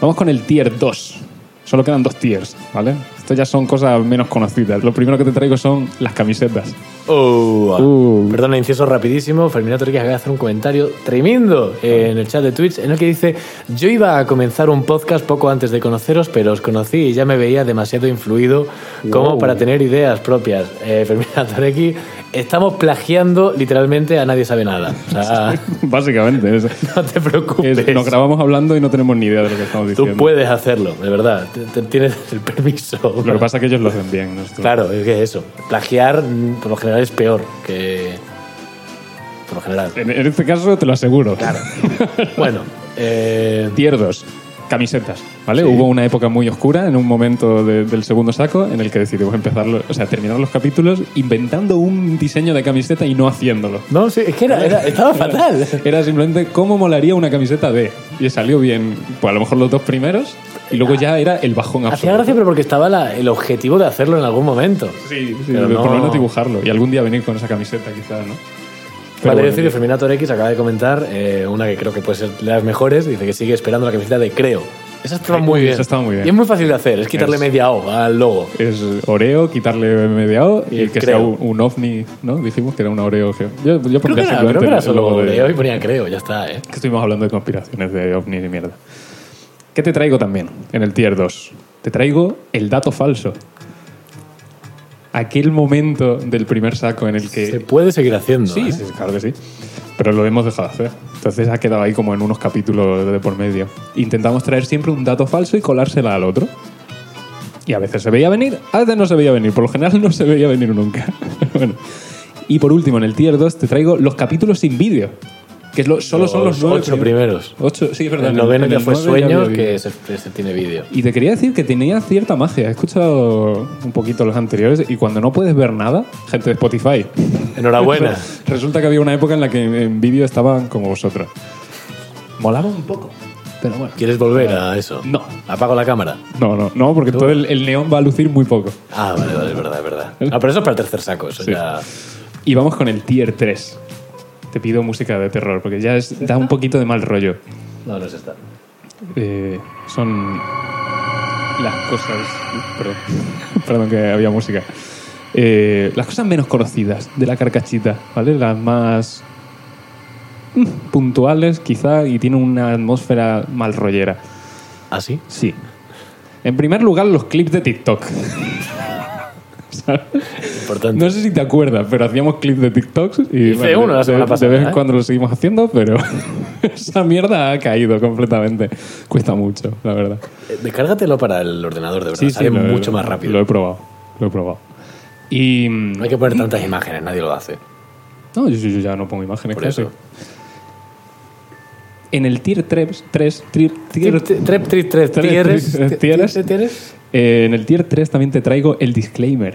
B: Vamos con el tier 2. Solo quedan dos tiers, ¿vale? Esto ya son cosas menos conocidas. Lo primero que te traigo son las camisetas. [laughs]
A: Oh,
B: Uh.
A: Perdona, inciso rapidísimo. Fermina Torquía acaba de hacer un comentario tremendo eh, en el chat de Twitch en el que dice: Yo iba a comenzar un podcast poco antes de conoceros, pero os conocí y ya me veía demasiado influido como
B: Wow.
A: para tener ideas propias. Eh, Fermina Torquía, estamos plagiando literalmente a nadie sabe nada. O
B: [laughs]
A: sea,
B: Básicamente. es-
A: no te preocupes.
B: es- nos grabamos hablando y no tenemos ni idea de lo que estamos
A: Tú
B: diciendo.
A: puedes hacerlo, de verdad. Te- te- Tienes el permiso.
B: Lo que pasa es que ellos lo hacen bien. nosotros-
A: Claro, es que eso. Plagiar mm, por lo general es peor que. Por lo general.
B: En, en este caso te lo aseguro.
A: [laughs] Bueno, eh,
B: Tier 2. Camisetas, ¿vale?
A: Sí.
B: Hubo una época muy oscura en un momento de- del segundo saco en el que decidimos empezar, lo- o sea, terminar los capítulos inventando un diseño de camiseta y no haciéndolo.
A: no, sí, es que era,
B: [laughs]
A: era- estaba fatal.
B: Era simplemente cómo molaría una camiseta de. Y salió bien, pues a lo mejor los dos primeros, y luego ya era el bajón
A: Hacía
B: absoluto.
A: gracia, pero porque estaba la- el objetivo de hacerlo en algún momento.
B: Sí, sí,
A: Pero
B: pero por lo
A: no-
B: menos dibujarlo. Y algún día venir con esa camiseta, quizás, ¿no? Pero
A: vale,
B: bueno,
A: decir que Ferminator X acaba de comentar eh, una que creo que puede ser de las mejores. Dice que sigue esperando la camiseta de Creo. Esa estaba
B: Ay,
A: muy bien.
B: esa estaba muy bien.
A: Y es muy fácil de hacer, es quitarle
B: Es-
A: media O al logo.
B: es Oreo, quitarle mediado y
A: Y
B: que sea
A: creo.
B: un, un ovni, ¿no? Dijimos que era un Oreo. que- Yo,
A: Creo
B: yo
A: que
B: pondría
A: era,
B: simplemente
A: creo que era
B: el
A: solo
B: logo de-
A: Oreo y ponía Creo, ya está, ¿eh?
B: Que estuvimos hablando de conspiraciones de ovnis y mierda. ¿Qué te traigo también en el tier 2? Te traigo el dato falso. Aquel momento del primer saco en el que
A: Se puede seguir haciendo.
B: Sí,
A: ¿eh?
B: sí, claro que sí. Pero lo hemos dejado de hacer. Entonces ha quedado ahí como en unos capítulos de por medio. Intentamos traer siempre un dato falso y colársela al otro. Y a veces se veía venir, a veces no se veía venir. Por lo general no se veía venir nunca. [laughs] Bueno. Y por último, en el tier 2 te traigo los capítulos sin vídeo. Que es lo- solo son los
A: Los
B: nueve
A: ocho primeros.
B: Ocho, sí, es verdad.
A: El
B: En
A: noveno
B: en
A: ya
B: el
A: fue
B: nueve ya
A: Sueños,
B: había
A: que
B: vídeo.
A: se, se tiene vídeo.
B: Y te quería decir que tenía cierta magia. He escuchado un poquito los anteriores y cuando no puedes ver nada, gente de Spotify, [laughs]
A: Enhorabuena.
B: Resulta que había una época en la que en vídeo estaban como vosotros. Molaba un poco, pero bueno.
A: ¿Quieres volver a eso?
B: No.
A: Apago la cámara.
B: No, no, no, porque todo el, el neón va a lucir muy poco.
A: Ah, vale, vale, es verdad, es
B: [laughs]
A: verdad. Ah, pero eso es para el tercer saco, eso
B: Sí.
A: ya.
B: Y vamos con el tier 3. Te pido música de terror, porque ya es- da un poquito de mal rollo.
A: No, no es esta.
B: Eh, son las cosas... Perdón, [laughs] Perdón, que había música. Eh, las cosas menos conocidas de la carcachita, ¿vale? Las más mm, puntuales quizá y tienen una atmósfera mal rollera.
A: ¿Ah, sí?
B: Sí. En primer lugar, los clips de TikTok.
A: Importante.
B: No sé si te acuerdas, pero hacíamos clips de TikTok y
A: Hice uno la
B: de-
A: semana
B: de-
A: pasada,
B: De vez en
A: ¿eh?
B: cuando lo seguimos haciendo, pero [laughs] esa mierda ha caído completamente. Cuesta mucho, la verdad.
A: Eh, Descárgatelo para el ordenador, de verdad.
B: Sí, sí,
A: Sale
B: lo-
A: mucho más
B: Lo
A: rápido.
B: he probado, lo he probado. Y mm,
A: No hay que poner tantas imágenes, nadie lo hace.
B: no, yo, yo ya no pongo imágenes
A: Por
B: casi.
A: eso.
B: en el tier 3, 3 tier, tier-
A: Trip, trip, trip, trip,
B: Tres,
A: tieres,
B: tres, tieres.
A: tie- tieres.
B: eh, en el tier 3 también te traigo el disclaimer.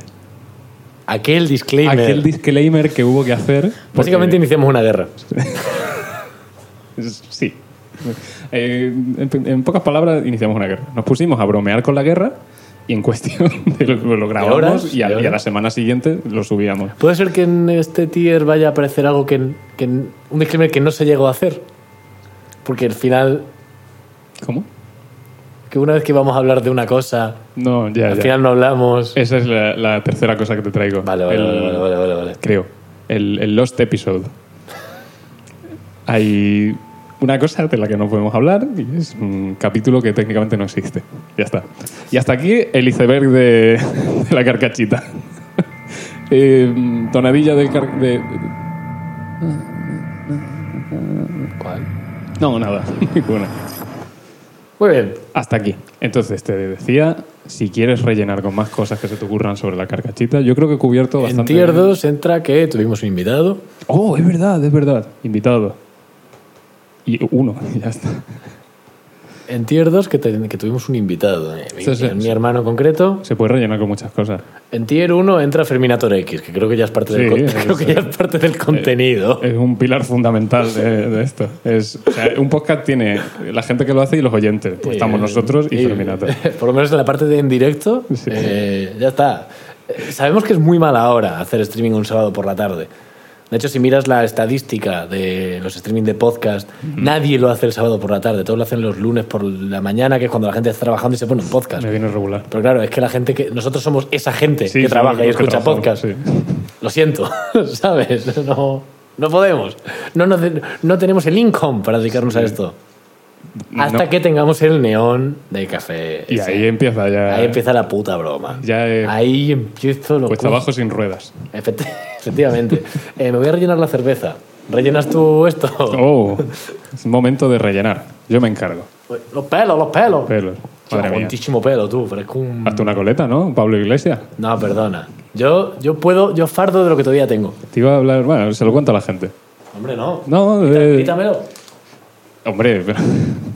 A: Aquel disclaimer.
B: Aquel disclaimer que hubo que hacer. porque-
A: Básicamente iniciamos una guerra.
B: Sí. Eh, en, en pocas palabras, iniciamos una guerra. Nos pusimos a bromear con la guerra y en cuestión [laughs] de lo, lo grabamos
A: horas,
B: y, a,
A: de horas.
B: y a la semana siguiente lo subíamos.
A: Puede ser que en este tier vaya a aparecer algo que, que- un disclaimer que no se llegó a hacer. Porque al final,
B: ¿Cómo?
A: que una vez que vamos a hablar de una cosa,
B: No, ya,
A: al
B: ya.
A: final no hablamos.
B: Esa es la, la tercera cosa que te traigo.
A: Vale, vale,
B: El-
A: vale, vale, vale, vale, vale.
B: Creo. El, el Lost Episode. Hay una cosa de la que no podemos hablar y es un capítulo que técnicamente no existe. Ya está. Y hasta aquí el iceberg de, de la carcachita. [laughs] Eh, tonadilla del car- de...
A: ¿Cuál?
B: No, nada. [laughs] Ninguna.
A: Muy bien.
B: Hasta aquí. Entonces te decía, si quieres rellenar con más cosas que se te ocurran sobre la carcachita, yo creo que he cubierto
A: En
B: bastante...
A: tier 2 entra que tuvimos un invitado.
B: Oh, es verdad, es verdad. Invitado. Y uno, [laughs] y ya está.
A: En tier 2 que, te- que tuvimos un invitado. eh, mi,
B: Sí, sí,
A: mi
B: sí.
A: hermano en concreto.
B: Se puede rellenar con muchas cosas.
A: En tier 1 entra Ferminator X, que creo que ya es parte,
B: Sí,
A: del, con- [laughs]
B: es-
A: creo que ya es parte del contenido.
B: Es un pilar fundamental de, de esto. Es, o sea, un podcast tiene la gente que lo hace y los oyentes. Pues estamos
A: Eh,
B: nosotros y
A: eh,
B: Ferminator.
A: [laughs] Por lo menos en la parte de en directo,
B: Sí.
A: eh, ya está. Eh, Sabemos que es muy mala hora hacer streaming un sábado por la tarde. De hecho, si miras la estadística de los streaming de podcast, nadie lo hace el sábado por la tarde. Todos lo hacen los lunes por la mañana, que es cuando la gente está trabajando y se pone un podcast.
B: Me viene regular.
A: Pero claro, es que la gente que. Nosotros somos esa gente
B: Sí,
A: que
B: somos
A: trabaja y
B: los que
A: escucha
B: trabajamos,
A: podcast.
B: sí.
A: Lo siento, [laughs] ¿sabes? No, no podemos. No, nos de- no tenemos el income para dedicarnos a esto. Hasta
B: No.
A: que tengamos el neón de café.
B: Y
A: ese.
B: ahí empieza ya.
A: Ahí empieza la puta broma.
B: Ya, eh,
A: ahí empiezo lo
B: Cuesta abajo sin ruedas.
A: Efecti- [laughs] efectivamente. Eh, me voy a rellenar la cerveza. ¿Rellenas tú esto?
B: Oh, es momento de rellenar. Yo me encargo.
A: [laughs] Los pelos, los pelos.
B: Pelos. Madre
A: Tío,
B: mía. Ah.
A: Cuantísimo pelo, tú. Pero es que un...
B: Hazte una coleta, ¿no? Pablo Iglesias.
A: No, perdona. Yo, yo puedo, yo fardo de lo que todavía tengo.
B: Te iba a hablar. Bueno, se lo cuento a la gente.
A: Hombre, no.
B: No, eh,
A: Quítamelo.
B: Hombre, [laughs] pero,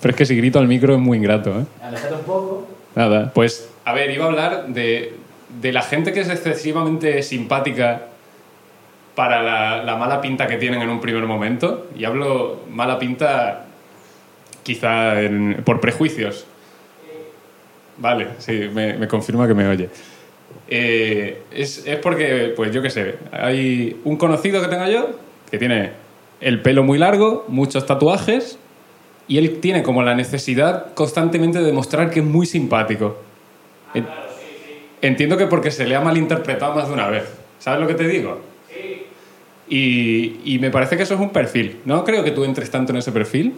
B: pero es que si grito al micro es muy ingrato, ¿eh?
A: Alejate un poco.
B: Nada. Pues, a ver, iba a hablar de, de la gente que es excesivamente simpática para la, la mala pinta que tienen en un primer momento. Y hablo mala pinta quizá en- por prejuicios. Vale, sí, me, me confirma que me oye. Eh, es, es porque, pues yo qué sé, hay un conocido que tengo yo que tiene el pelo muy largo, muchos tatuajes y él tiene como la necesidad constantemente de demostrar que es muy simpático. En- Entiendo que porque se le ha malinterpretado más de una vez. ¿Sabes lo que te digo? Sí. Y, y me parece que eso es un perfil. No creo que tú entres tanto en ese perfil.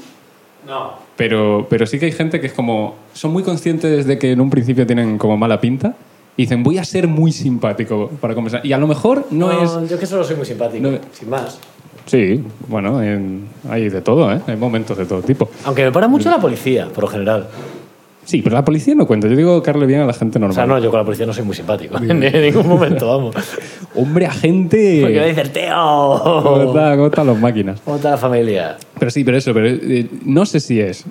B: No. Pero, pero sí que hay gente que es como. Son muy conscientes de que en un principio tienen como mala pinta. Y dicen, voy a ser muy simpático para conversar. Y a lo mejor no, es.
A: Yo que solo soy muy simpático,
B: no es-
A: sin más.
B: Sí, bueno, en- hay de todo, ¿eh? Hay momentos de todo tipo.
A: Aunque me para mucho la policía, por lo general.
B: Sí, pero la policía no cuenta. Yo digo carle bien a la gente normal.
A: O sea, no, yo con la policía no soy muy simpático. [laughs] en ningún momento, vamos.
B: Hombre, agente.
A: Porque me dicen, tío.
B: ¿Cómo
A: ¿Cómo
B: está- cómo están las máquinas?
A: está la familia?
B: Pero sí, pero eso, pero eh, no sé si es.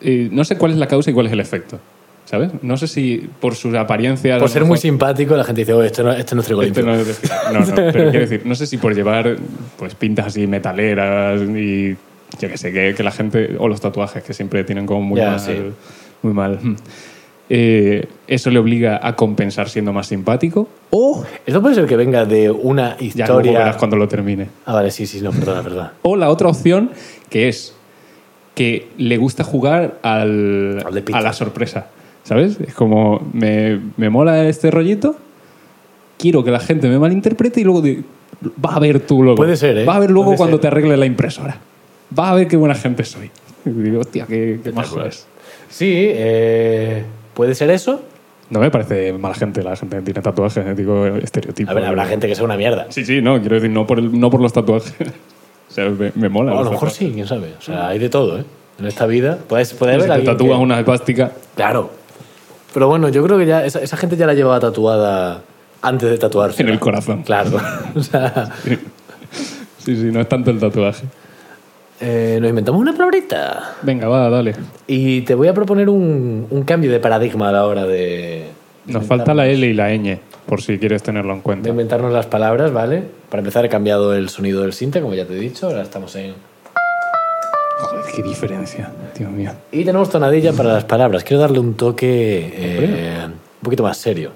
B: eh, no sé cuál es la causa y cuál es el efecto. ¿Sabes? No sé si por sus apariencias. a
A: Por
B: lo
A: ser muy
B: mejor-
A: simpático, la gente dice, oh, este no, este no es trigo
B: Este
A: limpio.
B: no, es decir- no, no, pero quiero decir, no sé si por llevar pues pintas así metaleras y yo que sé, que, que la gente, o los tatuajes que siempre tienen como muy
A: Ya,
B: mal,
A: sí.
B: muy mal. [laughs] Eh, eso le obliga a compensar siendo más simpático o
A: Esto puede ser que venga de una
B: ya luego
A: historia.
B: verás cuando lo termine.
A: Ah, vale, sí, sí, no, perdona,
B: [laughs]
A: perdona.
B: O la otra opción, que es que le gusta jugar al,
A: Al de pizza.
B: a la sorpresa. ¿Sabes? Es como, me, me mola este rollito, quiero que la gente me malinterprete y luego di- va a ver tú luego.
A: Puede ser, ¿eh?
B: Va a ver luego
A: Puede
B: cuando
A: ser.
B: te arregle la impresora. Va a ver qué buena gente soy. [laughs] Y digo, hostia, qué, qué majo
A: Espectacular.
B: es.
A: Sí, eh, puede ser eso.
B: No me parece mala gente la gente que tiene tatuajes, eh, digo, estereotipo.
A: A ver, habrá gente que sea una mierda.
B: Sí, sí, no, quiero decir, no por, el- no por los tatuajes. [laughs] o sea, me, me mola.
A: O a
B: los
A: lo mejor
B: tatuajes.
A: sí, quién sabe. O sea, hay de todo, ¿eh? En esta vida. Puedes, puede
B: Si
A: haber
B: te
A: alguien
B: tatúas
A: que-
B: una espástica.
A: Claro. Pero bueno, yo creo que ya esa, esa gente ya la llevaba tatuada antes de tatuarse.
B: En
A: [laughs]
B: el corazón.
A: Claro. o sea,
B: Sí, sí, no es tanto el tatuaje.
A: eh, nos inventamos una palabrita.
B: Venga, va, dale.
A: Y te voy a proponer un, un cambio de paradigma a la hora de.
B: Nos falta la L y la ñ, por si quieres tenerlo en
A: De
B: cuenta.
A: inventarnos las palabras, ¿vale? Para empezar, he cambiado el sonido del sinte, como ya te he dicho. Ahora estamos en.
B: Joder, qué diferencia, Dios mío.
A: Y tenemos tonadilla para las palabras. Quiero darle un toque eh, un poquito más serio.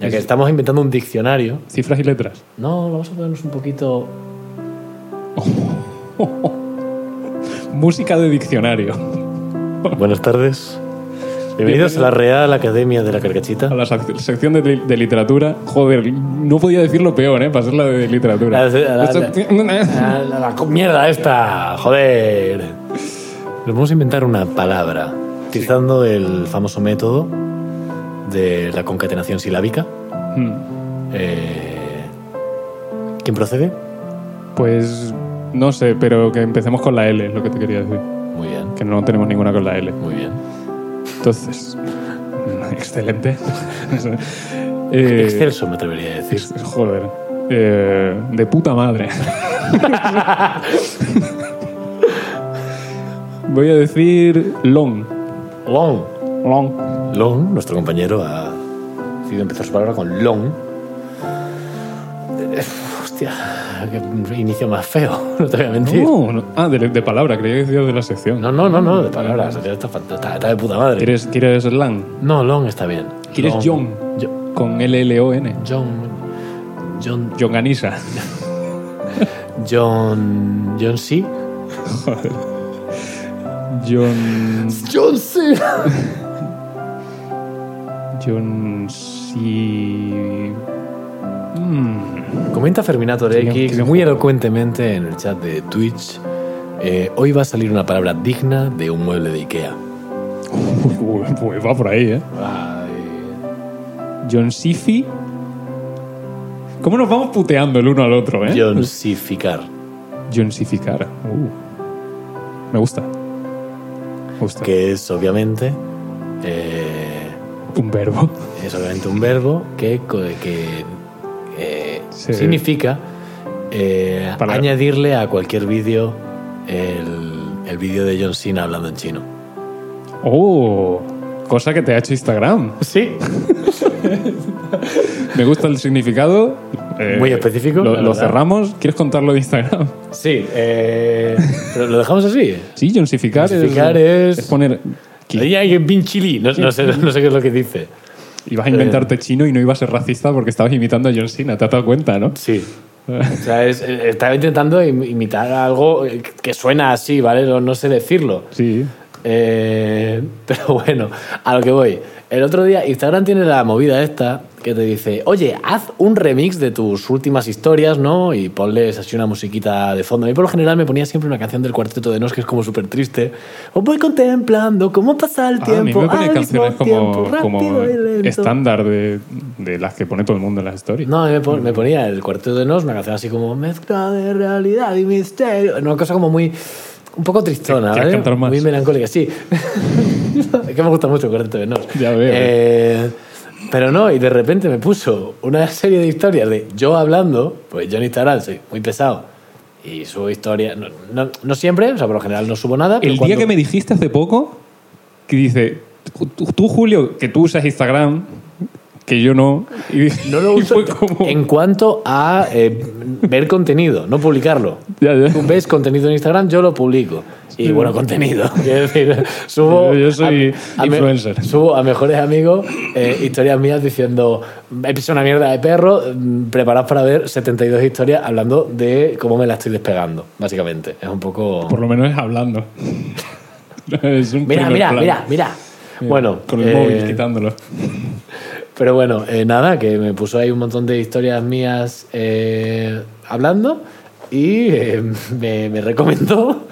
A: Ya que
B: Es-
A: estamos inventando un diccionario.
B: Cifras y letras.
A: No, vamos a ponernos un poquito.
B: Música de diccionario.
A: Buenas tardes. Bienvenidos a la Real Academia de la Carcachita.
B: A la sac- sección de, li- de literatura. Joder, no podía decirlo peor, ¿eh? Para ser la de literatura.
A: La- la- [laughs] La, la- la co- mierda esta, joder. Nos vamos a inventar una palabra, utilizando el famoso método de la concatenación silábica.
B: Hmm.
A: Eh, ¿Quién procede?
B: Pues no sé, pero que empecemos con la L, es lo que te quería decir.
A: Muy bien,
B: Que no tenemos ninguna con la L.
A: muy bien.
B: Entonces, [laughs] excelente. [laughs] Eh,
A: Excelso, me atrevería a decir.
B: es- Joder. Eh, de puta madre. [laughs] Voy a decir long.
A: Long.
B: Long.
A: Long, nuestro compañero, ha decidido empezar su palabra con long. Eh, Hostia, qué inicio más feo, [laughs] no te voy a mentir.
B: No, no. Ah, de, de palabra, creía que decías de la sección.
A: No, no, no, no, de palabras. Está, fant- está- está de puta madre.
B: ¿Quieres, ¿Quieres lang?
A: No, Long está bien.
B: ¿Quieres
A: Long.
B: John?
A: Yo-
B: Con L-L-O-N.
A: John. John.
B: John Anisa.
A: John. John C.
B: John.
A: John C.
B: [laughs] John C.
A: Comenta Ferminator X
B: tiene un
A: muy
B: juego.
A: elocuentemente en el chat de Twitch. eh, hoy va a salir una palabra digna de un mueble de Ikea.
B: Uy, [laughs] Pues va por ahí, ¿eh? John Sifi. ¿Cómo nos vamos puteando el uno al otro, eh?
A: John C. Ficar.
B: John Sificar. Uh. Me gusta. Me gusta.
A: Que es obviamente. eh,
B: Un verbo.
A: es obviamente un verbo que, co- que, eh,
B: Sí.
A: significa eh,
B: Para-
A: añadirle a cualquier vídeo el, el vídeo de John Cena hablando en chino.
B: Oh. Cosa que te ha hecho Instagram.
A: Sí.
B: Me gusta el significado. eh,
A: Muy específico,
B: Lo,
A: la
B: lo
A: verdad.
B: cerramos. ¿Quieres contarlo de Instagram?
A: Sí.
B: [laughs]
A: eh, pero lo dejamos así.
B: Sí, Johnsificar,
A: Johnsificar es-
B: poner.
A: Ahí hay un pin chili. No, no sé, no sé qué es lo que dice.
B: Ibas a
A: Eh.
B: inventarte chino y no ibas a ser racista porque estabas imitando a John Cena. Te has dado cuenta, ¿no?
A: Sí. O sea, es- eh, estaba intentando im- imitar algo eh, que suena así, ¿vale? No, no sé decirlo.
B: Sí.
A: Eh, [laughs] pero bueno, a lo que voy. El otro día Instagram tiene la movida esta que te dice, oye, haz un remix de tus últimas historias, ¿no? Y ponles así una musiquita de fondo. A mí por lo general me ponía siempre una canción del Cuarteto de Nos que es como súper triste. Os voy contemplando cómo pasa el
B: Ah, a mí
A: tiempo.
B: me pone
A: al
B: canciones
A: mismo tiempo,
B: como, como
A: rápido y lento".
B: estándar de, de las que pone todo el mundo en las stories.
A: No, me, pon-
B: Mm.
A: me ponía el Cuarteto de Nos, una canción así como mezcla de realidad y misterio. Una cosa como muy... Un poco tristona,
B: ¿Quieres
A: ¿vale?
B: cantar más?
A: Muy melancólica, sí. [laughs] es que me gusta mucho el Cuarteto de Nos.
B: Ya veo.
A: Eh, pero no, y de repente me puso una serie de historias de yo hablando, pues yo en Instagram soy muy pesado y subo historias, no, no- no siempre, o sea, por lo general no subo nada. pero
B: El día
A: cuando-
B: que me dijiste hace poco que dice, tú, tú, Julio, que tú usas Instagram, que yo no. Y
A: [laughs]
B: dije-
A: No lo
B: y
A: uso
B: fue como-
A: en cuanto a eh, ver contenido, no publicarlo.
B: Ya, ya.
A: Tú ves contenido en Instagram, yo lo publico. Y bueno, contenido. [laughs] Quiero decir, subo.
B: Yo- yo soy
A: me-
B: influencer.
A: subo a mejores amigos eh, historias mías diciendo: He pisado una mierda de perro, mm, preparaos para ver 72 historias hablando de cómo me la estoy despegando, básicamente. Es un poco.
B: Por lo menos es hablando. [laughs] Es un
A: Mira,
B: primer
A: mira,
B: plano.
A: mira, mira. Bueno,
B: Con el
A: eh,
B: móvil quitándolo.
A: Pero bueno, eh, nada, que me puso ahí un montón de historias mías eh, hablando y eh, [laughs] me, me recomendó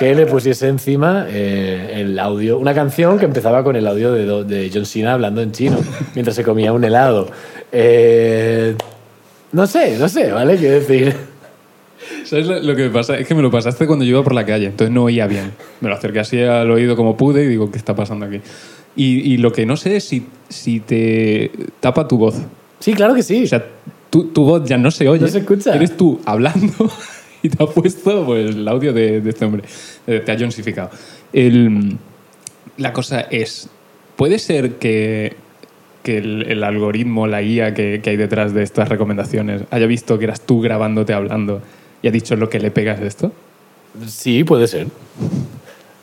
A: que le pusiese encima eh, el audio, una canción que empezaba con el audio de, do- de John Cena hablando en chino mientras se comía un helado. Eh, no sé, no sé, ¿vale? Quiero decir,
B: ¿Sabes lo, lo que me pasa? Es que me lo pasaste cuando yo iba por la calle, entonces no oía bien. Me lo acerqué así al oído como pude y digo, ¿qué está pasando aquí? Y, y lo que no sé es si, si te tapa tu voz.
A: sí, claro que sí.
B: O sea, tu, tu voz ya no se oye.
A: No se escucha.
B: Eres tú hablando [laughs] y te ha puesto pues, el audio de, de este hombre. Eh, te ha jonsificado. El- la cosa es, ¿puede ser que, que el, el algoritmo, la guía que, que hay detrás de estas recomendaciones haya visto que eras tú grabándote hablando y ha dicho lo que le pegas de esto?
A: Sí, puede ser.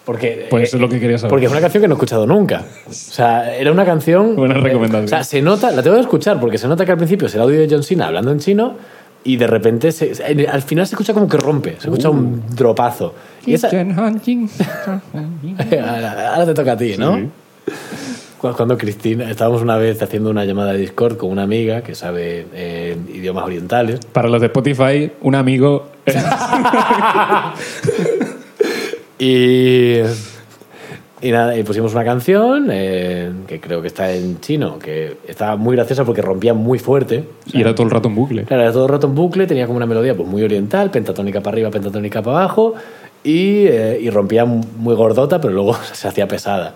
A: Porque,
B: Pues
A: eh,
B: eso es lo que quería saber.
A: porque es una canción que no he escuchado nunca. O sea, era una canción.
B: Buena recomendación.
A: O sea, se nota, la tengo que escuchar porque se nota que al principio es el audio de John Cena hablando en chino y de repente se- se- al final se escucha como que rompe, se escucha
B: Uh.
A: un dropazo. Y esa, [laughs] ahora ahora te toca a ti, ¿no?
B: Sí.
A: Cu- Cuando Cristina, estábamos una vez haciendo una llamada de Discord con una amiga que sabe eh, idiomas orientales
B: Para los de Spotify, un amigo... eh,
A: Y, y nada, y pusimos una canción eh, que creo que está en chino, que estaba muy graciosa porque rompía muy fuerte.
B: y era todo el rato un bucle.
A: Claro, era todo el rato en bucle, tenía como una melodía pues, muy oriental, pentatónica para arriba, pentatónica para abajo, y, eh, y rompía muy gordota, pero luego [laughs] se hacía pesada.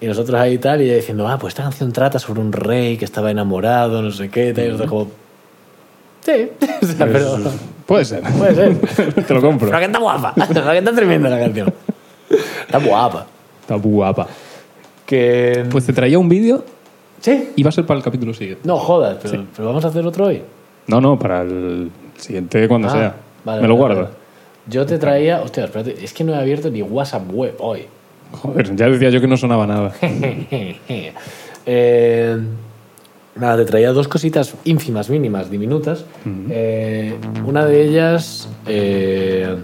A: Y nosotros ahí y tal, y ella diciendo, ah, pues esta canción trata sobre un rey que estaba enamorado, no sé qué, tal", y nosotros como, sí, [laughs] O sea, pero
B: Puede ser.
A: puede ser.
B: [laughs] Te lo compro.
A: Pero que está guapa. [laughs] Pero que está tremenda la canción. Está guapa.
B: Está guapa.
A: Que...
B: Pues te traía un vídeo
A: sí.
B: y va a ser para el capítulo siguiente.
A: No jodas, pero, pero vamos a hacer otro hoy.
B: No, no, para el siguiente cuando
A: Ah,
B: sea.
A: vale,
B: Me lo
A: vale,
B: guardo.
A: vale. Yo te traía... Hostia, espérate. Es que no he abierto ni WhatsApp web hoy.
B: Joder, ya decía yo que no
A: [laughs]
B: sonaba nada.
A: Eh, nada, te traía dos cositas ínfimas, mínimas, diminutas. Eh, una de ellas... eh,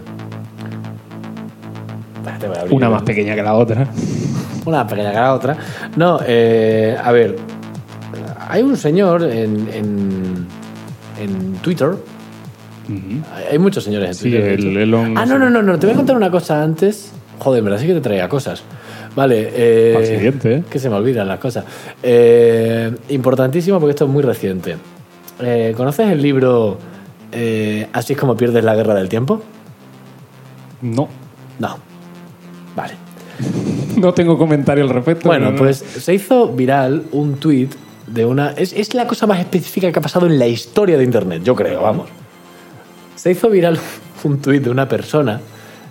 A: espérate, voy a abrir
B: Una
A: el-
B: más pequeña que la otra.
A: Una pequeña cara a otra. No, eh, a ver. Hay un señor en, en, en Twitter. Hay- Hay muchos señores en
B: Sí,
A: Twitter. de
B: el
A: hecho.
B: Elon-
A: Ah, no, no, no, no. Te voy a contar una cosa antes. Joder, verdad sí que te traía cosas. Vale. eh,
B: Al siguiente, ¿eh?
A: Que se me olvidan las cosas. Eh, importantísimo porque esto es muy reciente. Eh, ¿Conoces el libro eh, Así es como pierdes la guerra del tiempo?
B: No.
A: No. Vale.
B: No tengo comentario al respecto.
A: Bueno,
B: no, no.
A: pues se hizo viral un tweet de una. Es, es la cosa más específica que ha pasado en la historia de Internet, yo creo, vamos. Se hizo viral [laughs] un tweet de una persona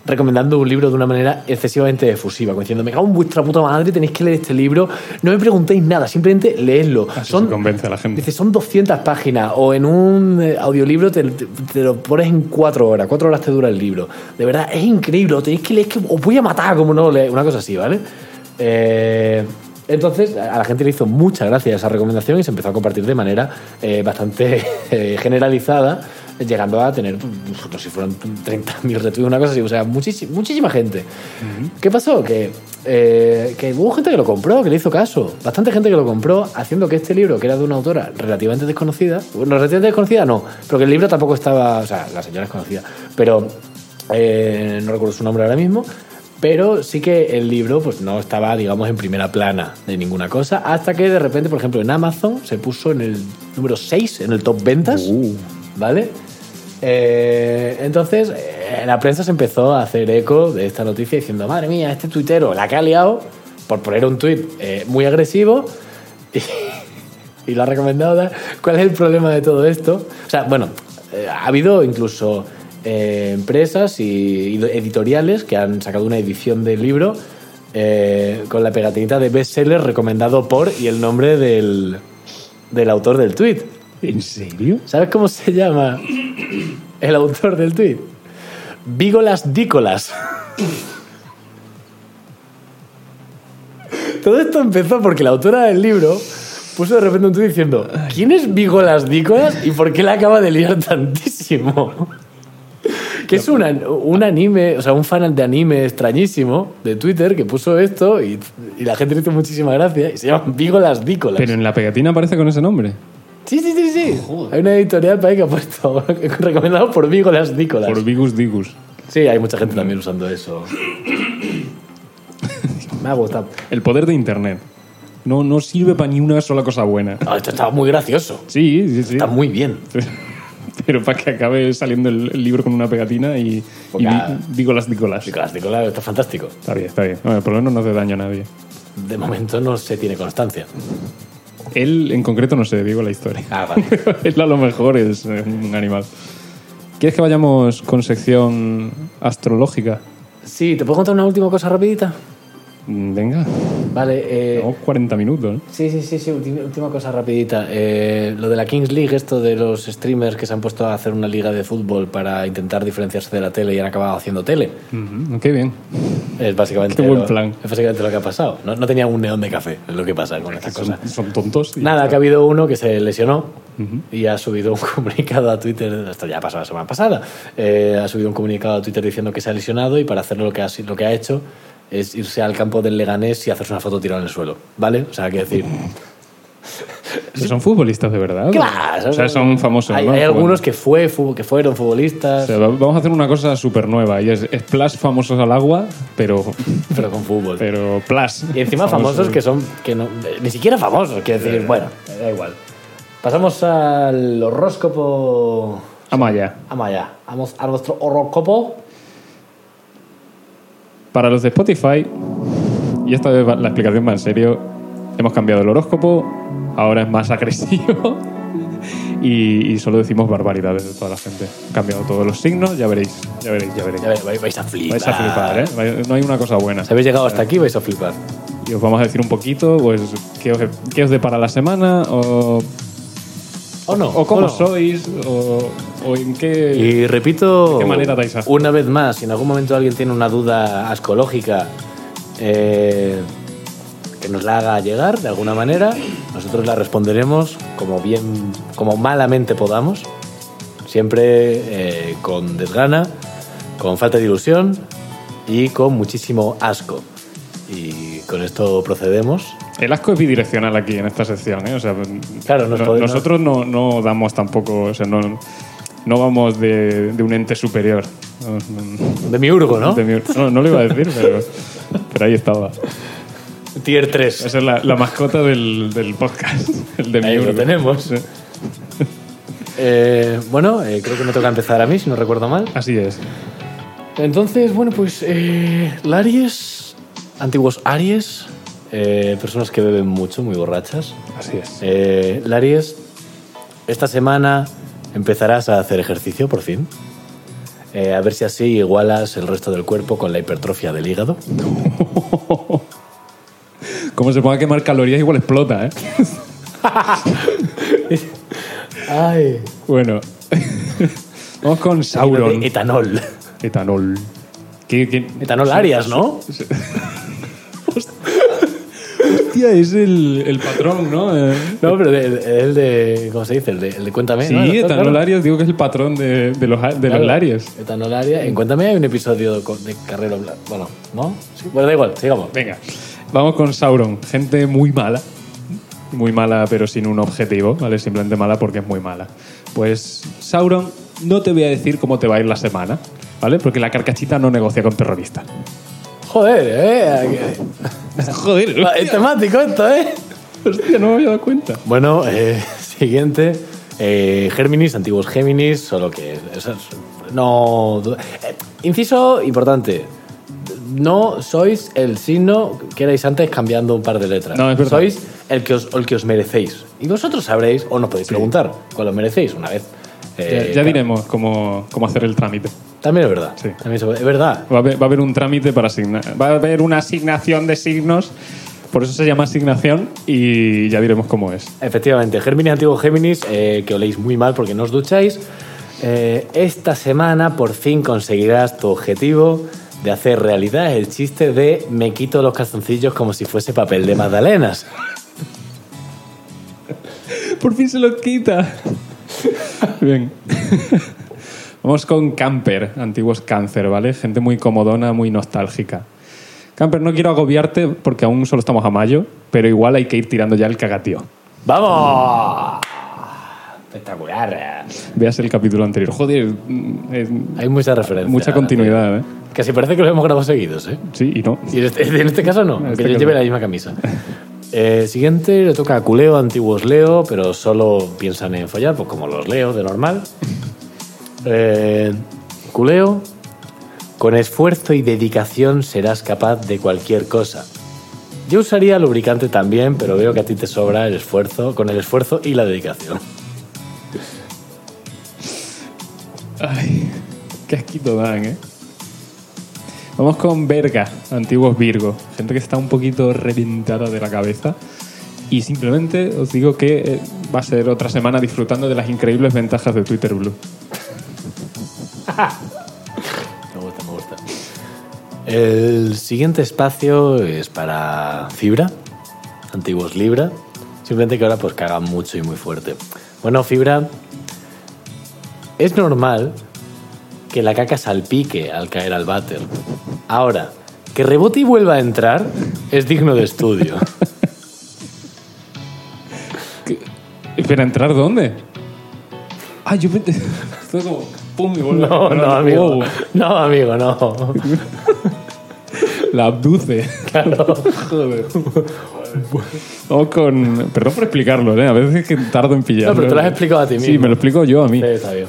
A: recomendando un libro de una manera excesivamente efusiva, como diciendo, me cago en vuestra puta madre, tenéis que leer este libro, no me preguntéis nada, simplemente leedlo.
B: Así se convence a la gente.
A: Dice, son 200 páginas o en un eh, audiolibro te, te- te lo pones en 4 horas. 4 horas te dura el libro. De verdad, es increíble. Lo tenéis que leer, que os voy a matar como no lo leáis. Una cosa así, ¿vale? Eh, entonces, a la gente le hizo mucha gracia esa recomendación y se empezó a compartir de manera eh, bastante [laughs] eh, generalizada, llegando a tener, pues, no sé si fueron 30.000 retweets, una cosa así. O sea, muchísima, muchísima gente. ¿Qué pasó? Que, eh, que hubo gente que lo compró, que le hizo caso. Bastante gente que lo compró, haciendo que este libro, que era de una autora relativamente desconocida, bueno, relativamente desconocida no, pero que el libro tampoco estaba, o sea, la señora es conocida, pero eh, no recuerdo su nombre ahora mismo, pero sí que el libro pues no estaba, digamos, en primera plana de ninguna cosa, hasta que de repente, por ejemplo, en Amazon se puso en el número 6, en el top ventas, ¿vale? Eh, entonces, eh, la prensa se empezó a hacer eco de esta noticia diciendo, madre mía, este tuitero la que ha liado por poner un tuit eh, muy agresivo [laughs] y, y lo ha recomendado. tal. ¿Cuál es el problema de todo esto? O sea, bueno, eh, ha habido incluso eh, empresas y, y editoriales que han sacado una edición del libro eh, con la pegatinita de bestseller recomendado por y el nombre del, del autor del tuit.
B: ¿En serio?
A: ¿Sabes cómo se llama el autor del tweet? Vígolas Dícolas. Todo esto empezó porque la autora del libro puso de repente un tweet diciendo: ¿Quién es Vígolas Dícolas y por qué la acaba de liar tantísimo? Que es un, an- un anime, o sea, un fan de anime extrañísimo de Twitter que puso esto y, y la gente le hizo muchísima gracia y se llama Vígolas Dícolas.
B: Pero en la pegatina aparece con ese nombre.
A: Sí, sí, sí, sí. Hay una editorial para ahí que ha puesto [laughs] recomendado por Vígolas Dícolas.
B: Por Vigus Digus.
A: Sí, hay mucha gente también usando
B: [coughs]
A: eso. Me ha gustado.
B: El poder de Internet. No, no sirve para ni una sola cosa buena.
A: No, Ah, esto estaba muy gracioso.
B: Sí, sí, sí.
A: Está muy bien.
B: [laughs] Pero para que acabe saliendo el el libro con una pegatina y,
A: Porque,
B: y di-
A: ah,
B: Dígolas, Dígolas.
A: Vígolas Dícolas está fantástico.
B: Está bien, está bien. Bueno, por lo menos no hace daño a nadie.
A: De momento no se tiene constancia.
B: Él en concreto no sé, digo la historia. [laughs]
A: Ah, vale.
B: Él a lo mejor es eh, un animal. ¿Quieres que vayamos con sección astrológica?
A: [laughs] Sí, ¿te puedo contar una última cosa rapidita?
B: Mm, Venga,
A: Vale, eh,
B: tenemos 40 minutos. ¿eh? ¿no?
A: Sí, sí, sí, sí, ulti- última cosa rapidita. Eh, lo de la Kings League, esto de los streamers que se han puesto a hacer una liga de fútbol para intentar diferenciarse de la tele y han acabado haciendo tele.
B: Ujú, Qué bien.
A: Es básicamente,
B: Qué buen
A: lo,
B: plan.
A: es básicamente lo que ha pasado. No, no tenía un neón de café, es lo que pasa con estas cosas.
B: Son, son tontos. y-
A: Nada, que ha habido uno que se lesionó y ha subido un [laughs] comunicado a Twitter, esto ya pasó la semana pasada, eh, ha subido un comunicado a Twitter diciendo que se ha lesionado y para hacerlo lo que ha, si- lo que ha hecho es irse al campo del Leganés y hacerse una foto tirada en el suelo, ¿vale? O sea, que decir...
B: Son futbolistas de verdad.
A: Claro,
B: O sea, son famosos.
A: Hay,
B: ¿no?
A: hay algunos
B: Jugando.
A: que, fue, fu- que fueron futbolistas,
B: O sea, va- vamos a hacer una cosa súper nueva y es Splash famosos al agua, pero,
A: pero con fútbol.
B: pero Plus.
A: y encima famosos, que son. que no, eh, Ni siquiera famosos, quiero decir, bueno, eh, da igual. Pasamos al horóscopo.
B: Amaya.
A: Amaya. Vamos a nuestro horóscopo.
B: Para los de Spotify, y esta vez va- la explicación va en serio, hemos cambiado el horóscopo, ahora es más [laughs] agresivo y, y solo decimos barbaridades de toda la gente. Han cambiado todos los signos, ya veréis, ya veréis, ya veréis.
A: Ya ver, vais- vais a flipar.
B: Vais a flipar, ¿eh? Vai- No hay una cosa buena.
A: Si habéis llegado hasta aquí, vais a flipar.
B: Y os vamos a decir un poquito, pues, qué os, qué os depara la semana, o,
A: ¿O no?
B: o cómo
A: no.
B: sois, o, o en qué...
A: Y repito,
B: ¿De qué manera dais asco?
A: una vez más, si en algún momento alguien tiene una duda ascológica eh, que nos la haga llegar de alguna manera, nosotros la responderemos como bien, como malamente podamos, siempre eh, con desgana, con falta de ilusión y con muchísimo asco. Y con esto procedemos.
B: El asco es bidireccional aquí en esta sección, ¿eh? O sea,
A: Claro, nos
B: no-
A: podemos-
B: nosotros no, no damos tampoco, o sea, no, no vamos de, de un ente superior. No, no-
A: De miurgo, ¿no?
B: de mi- no, no lo iba a decir, pero, pero ahí estaba.
A: Tier 3.
B: Esa es la, la mascota del, del podcast, el de
A: Ahí lo
B: Miurgo.
A: tenemos. Eh, bueno, eh, creo que me toca empezar a mí, si no recuerdo mal.
B: Así es.
A: Entonces, bueno, pues eh, el Aries, antiguos Aries, eh, personas que beben mucho, muy borrachas.
B: Así es.
A: Eh, el Aries, esta semana empezarás a hacer ejercicio, por fin. Eh, a ver si así igualas el resto del cuerpo con la hipertrofia del
B: [laughs]
A: hígado.
B: Como se ponga a quemar calorías, igual explota, ¿eh?
A: Ay,
B: Bueno. [laughs] Vamos con Sauron.
A: Etanol.
B: Etanol. ¿Qué, qué-
A: Etanol Aries, ¿no?
B: Hostia, es el, el patrón, ¿no? Eh,
A: No, pero el, el de. ¿Cómo se dice? El de, el de Cuéntame.
B: Sí,
A: ¿no? Doctor,
B: etanol
A: claro.
B: Aries, digo que es el patrón de, de los, a- de los
A: Claro,
B: Aries.
A: Etanolaria. En Cuéntame hay un episodio co- de Carrero Bla- Bueno, ¿no? Sí. Bueno, da igual, sigamos.
B: Venga, vamos con Sauron. Gente muy mala. Muy mala, pero sin un objetivo, ¿vale? Simplemente mala porque es muy mala. Pues, Sauron, no te voy a decir cómo te va a ir la semana, ¿vale? Porque la carcachita no negocia con terroristas.
A: Joder, ¿eh?
B: [laughs] Joder,
A: Ah, Es temático esto, ¿eh?
B: hostia, no me había dado cuenta.
A: Bueno, eh, [laughs] siguiente. Eh, Géminis, antiguos Géminis, solo que. eso es- no. du- eh, inciso importante. No sois el signo que erais antes cambiando un par de letras.
B: No, es verdad.
A: Sois el que os, el que os merecéis. Y vosotros sabréis, o nos podéis preguntar, cuál os merecéis una vez.
B: Ya,
A: eh,
B: ya diremos cómo, cómo hacer el trámite.
A: También es verdad.
B: Sí.
A: También se puede- es verdad.
B: Va a, haber, va a haber un trámite para asignar. Va a haber una asignación de signos. Por eso se llama asignación y ya diremos cómo es.
A: Efectivamente, Géminis, antiguo Géminis, eh, que oléis muy mal porque no os ducháis. Eh, esta semana por fin conseguirás tu objetivo de hacer realidad el chiste de me quito los calzoncillos como si fuese papel de magdalenas.
B: Por fin se lo quita. Bien. Vamos con Camper, antiguos cáncer, ¿vale? Gente muy comodona, muy nostálgica. Camper, no quiero agobiarte porque aún solo estamos a mayo, pero igual hay que ir tirando ya el cagatío.
A: ¡Vamos! Espectacular.
B: Veas el capítulo anterior. Joder, mm, es
A: Hay mucha referencia.
B: mucha continuidad, ¿eh?
A: Casi parece que lo hemos grabado seguidos, ¿eh?
B: Sí, y no.
A: Y en este, [laughs] en este caso no, que
B: este
A: yo
B: caso
A: lleve
B: no.
A: la misma camisa. Eh, siguiente le toca a Culeo, antiguos Leo, pero solo piensan en follar, pues como los Leo de normal. Eh, culeo, con esfuerzo y dedicación serás capaz de cualquier cosa. Yo usaría lubricante también, pero veo que a ti te sobra el esfuerzo, con el esfuerzo y la dedicación.
B: Ay, qué asquito dan, ¿eh? Vamos con verga, antiguos Virgo. Gente que está un poquito reventada de la cabeza. Y simplemente os digo que eh, va a ser otra semana disfrutando de las increíbles ventajas de Twitter Blue.
A: Me gusta, me gusta. El siguiente espacio es para Fibra, antiguos Libra. Simplemente que ahora pues cagan mucho y muy fuerte. Bueno, Fibra, es normal que la caca salpique al caer al váter. Ahora, que rebote y vuelva a entrar es digno de estudio.
B: ¿Pero entrar dónde? Ah, yo pensé... [laughs] Esto como... ¡Pum! Y
A: [laughs]
B: vuelve.
A: No, no, amigo.
B: Wow.
A: Uh, No, amigo, no.
B: La abduce. Claro. Joder. Vamos con... Perdón por explicarlo, ¿eh? A veces es que tardo en pillarlo.
A: No, pero te lo has explicado a ti
B: Sí,
A: mismo.
B: me lo explico yo a mí.
A: Sí, está bien.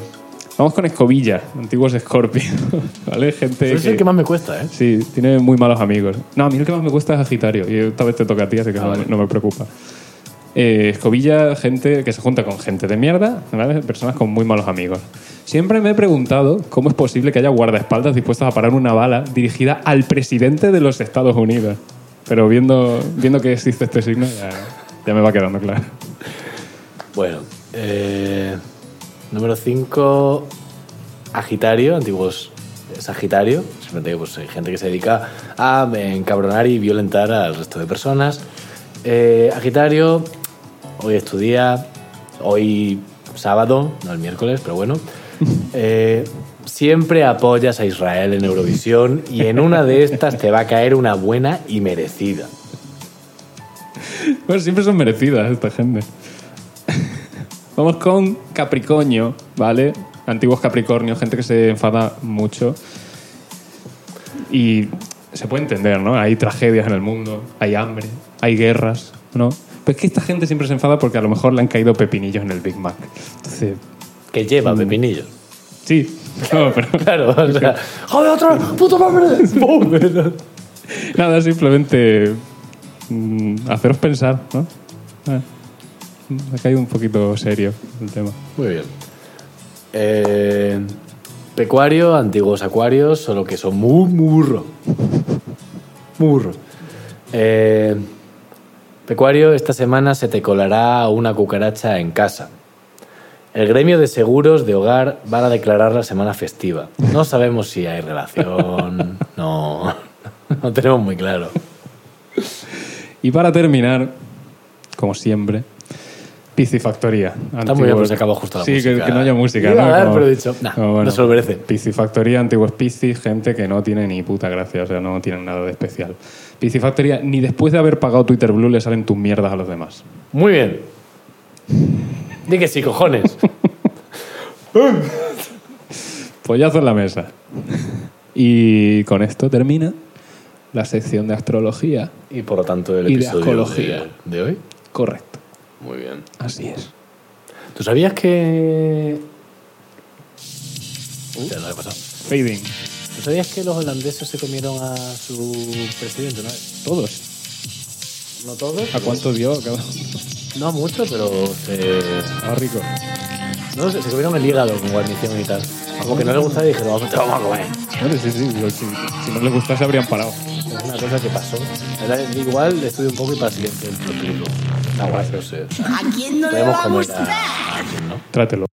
B: Vamos con escobilla, antiguos Scorpio. [laughs] ¿Vale? Gente
A: Pero es el que más me cuesta, ¿eh?
B: Sí, tiene muy malos amigos. No, a mí el que más me cuesta es Agitario. Y esta vez te toca a ti, así que no,
A: Ah, vale.
B: no me preocupa. Eh, escobilla, gente que se junta con gente de mierda, ¿vale? personas con muy malos amigos. Siempre me he preguntado cómo es posible que haya guardaespaldas dispuestos a parar una bala dirigida al presidente de los Estados Unidos. Pero viendo, viendo que existe este signo, ya, ya me va quedando claro.
A: Bueno, eh, número 5, Agitario, antiguos eh, Sagitario. Simplemente que pues, hay gente que se dedica a encabronar y violentar al resto de personas. Eh, agitario, hoy es tu día, hoy sábado, no el miércoles, pero bueno. Eh, siempre apoyas a Israel en Eurovisión y en una de estas te va a caer una buena y merecida.
B: Bueno, siempre son merecidas esta gente. Vamos con Capricornio, ¿vale? Antiguos Capricornios, gente que se enfada mucho. Y se puede entender, ¿no? Hay tragedias en el mundo, hay hambre, hay guerras, ¿no? Pero es que esta gente siempre se enfada porque a lo mejor le han caído pepinillos en el Big Mac. Entonces,
A: Que lleva pepinillo. [laughs]
B: sí, [laughs] no, pero
A: Claro, o sea, joder, otra vez, puto hambre. ¡Pum!
B: nada, simplemente mm, haceros pensar, ¿no? Ah, mm, ha caído un poquito serio el tema.
A: Muy bien. Eh, pecuario, antiguos acuarios, solo que son muy, muy burro. Muy burro. Eh, pecuario, esta semana se te colará una cucaracha en casa. El gremio de seguros de hogar van a declarar la semana festiva. No sabemos si hay
B: [laughs]
A: relación. No, no tenemos muy claro.
B: Y para terminar, como siempre, Piscifactoría.
A: Está muy bien, pues se acabó justo la
B: sí,
A: música.
B: que, que no haya música.
A: Iba a
B: ¿no?
A: dar, pero he dicho, nah, no se lo merece.
B: Piscifactoría, antiguos Piscis, gente que no tiene ni puta gracia, o sea, no tienen nada de especial. Piscifactoría, ni después de haber pagado Twitter Blue le salen tus mierdas a los demás.
A: Muy bien. Di que sí, cojones.
B: Pollazo en la mesa. Y con esto termina la sección de astrología.
A: Y por lo tanto el
B: Y de
A: episodio
B: ascología.
A: de- de hoy.
B: Correcto.
A: Muy bien.
B: Así es.
A: ¿Tú sabías que... Ya lo he pasado.
B: Fading.
A: ¿Tú sabías que los holandeses se comieron a su presidente? No,
B: Todos.
A: no todos.
B: ¿A cuánto dio cada uno?
A: No mucho, pero se...
B: Ah, rico.
A: No, se, se comieron el hígado con guarnición y tal. Como que no les gustaba y dijeron, vamos, te vamos a comer.
B: Hombre, sí, sí, digo, si, si no les gustase habrían parado.
A: Es una cosa que pasó. Era- Igual estudié un poco y para el siguiente lo explico. No, guay, no sé.
C: ¿A quién no le
A: Vemos
C: va a
A: cómo era
C: gustar?
A: a alguien, ¿no?
B: Trátelo.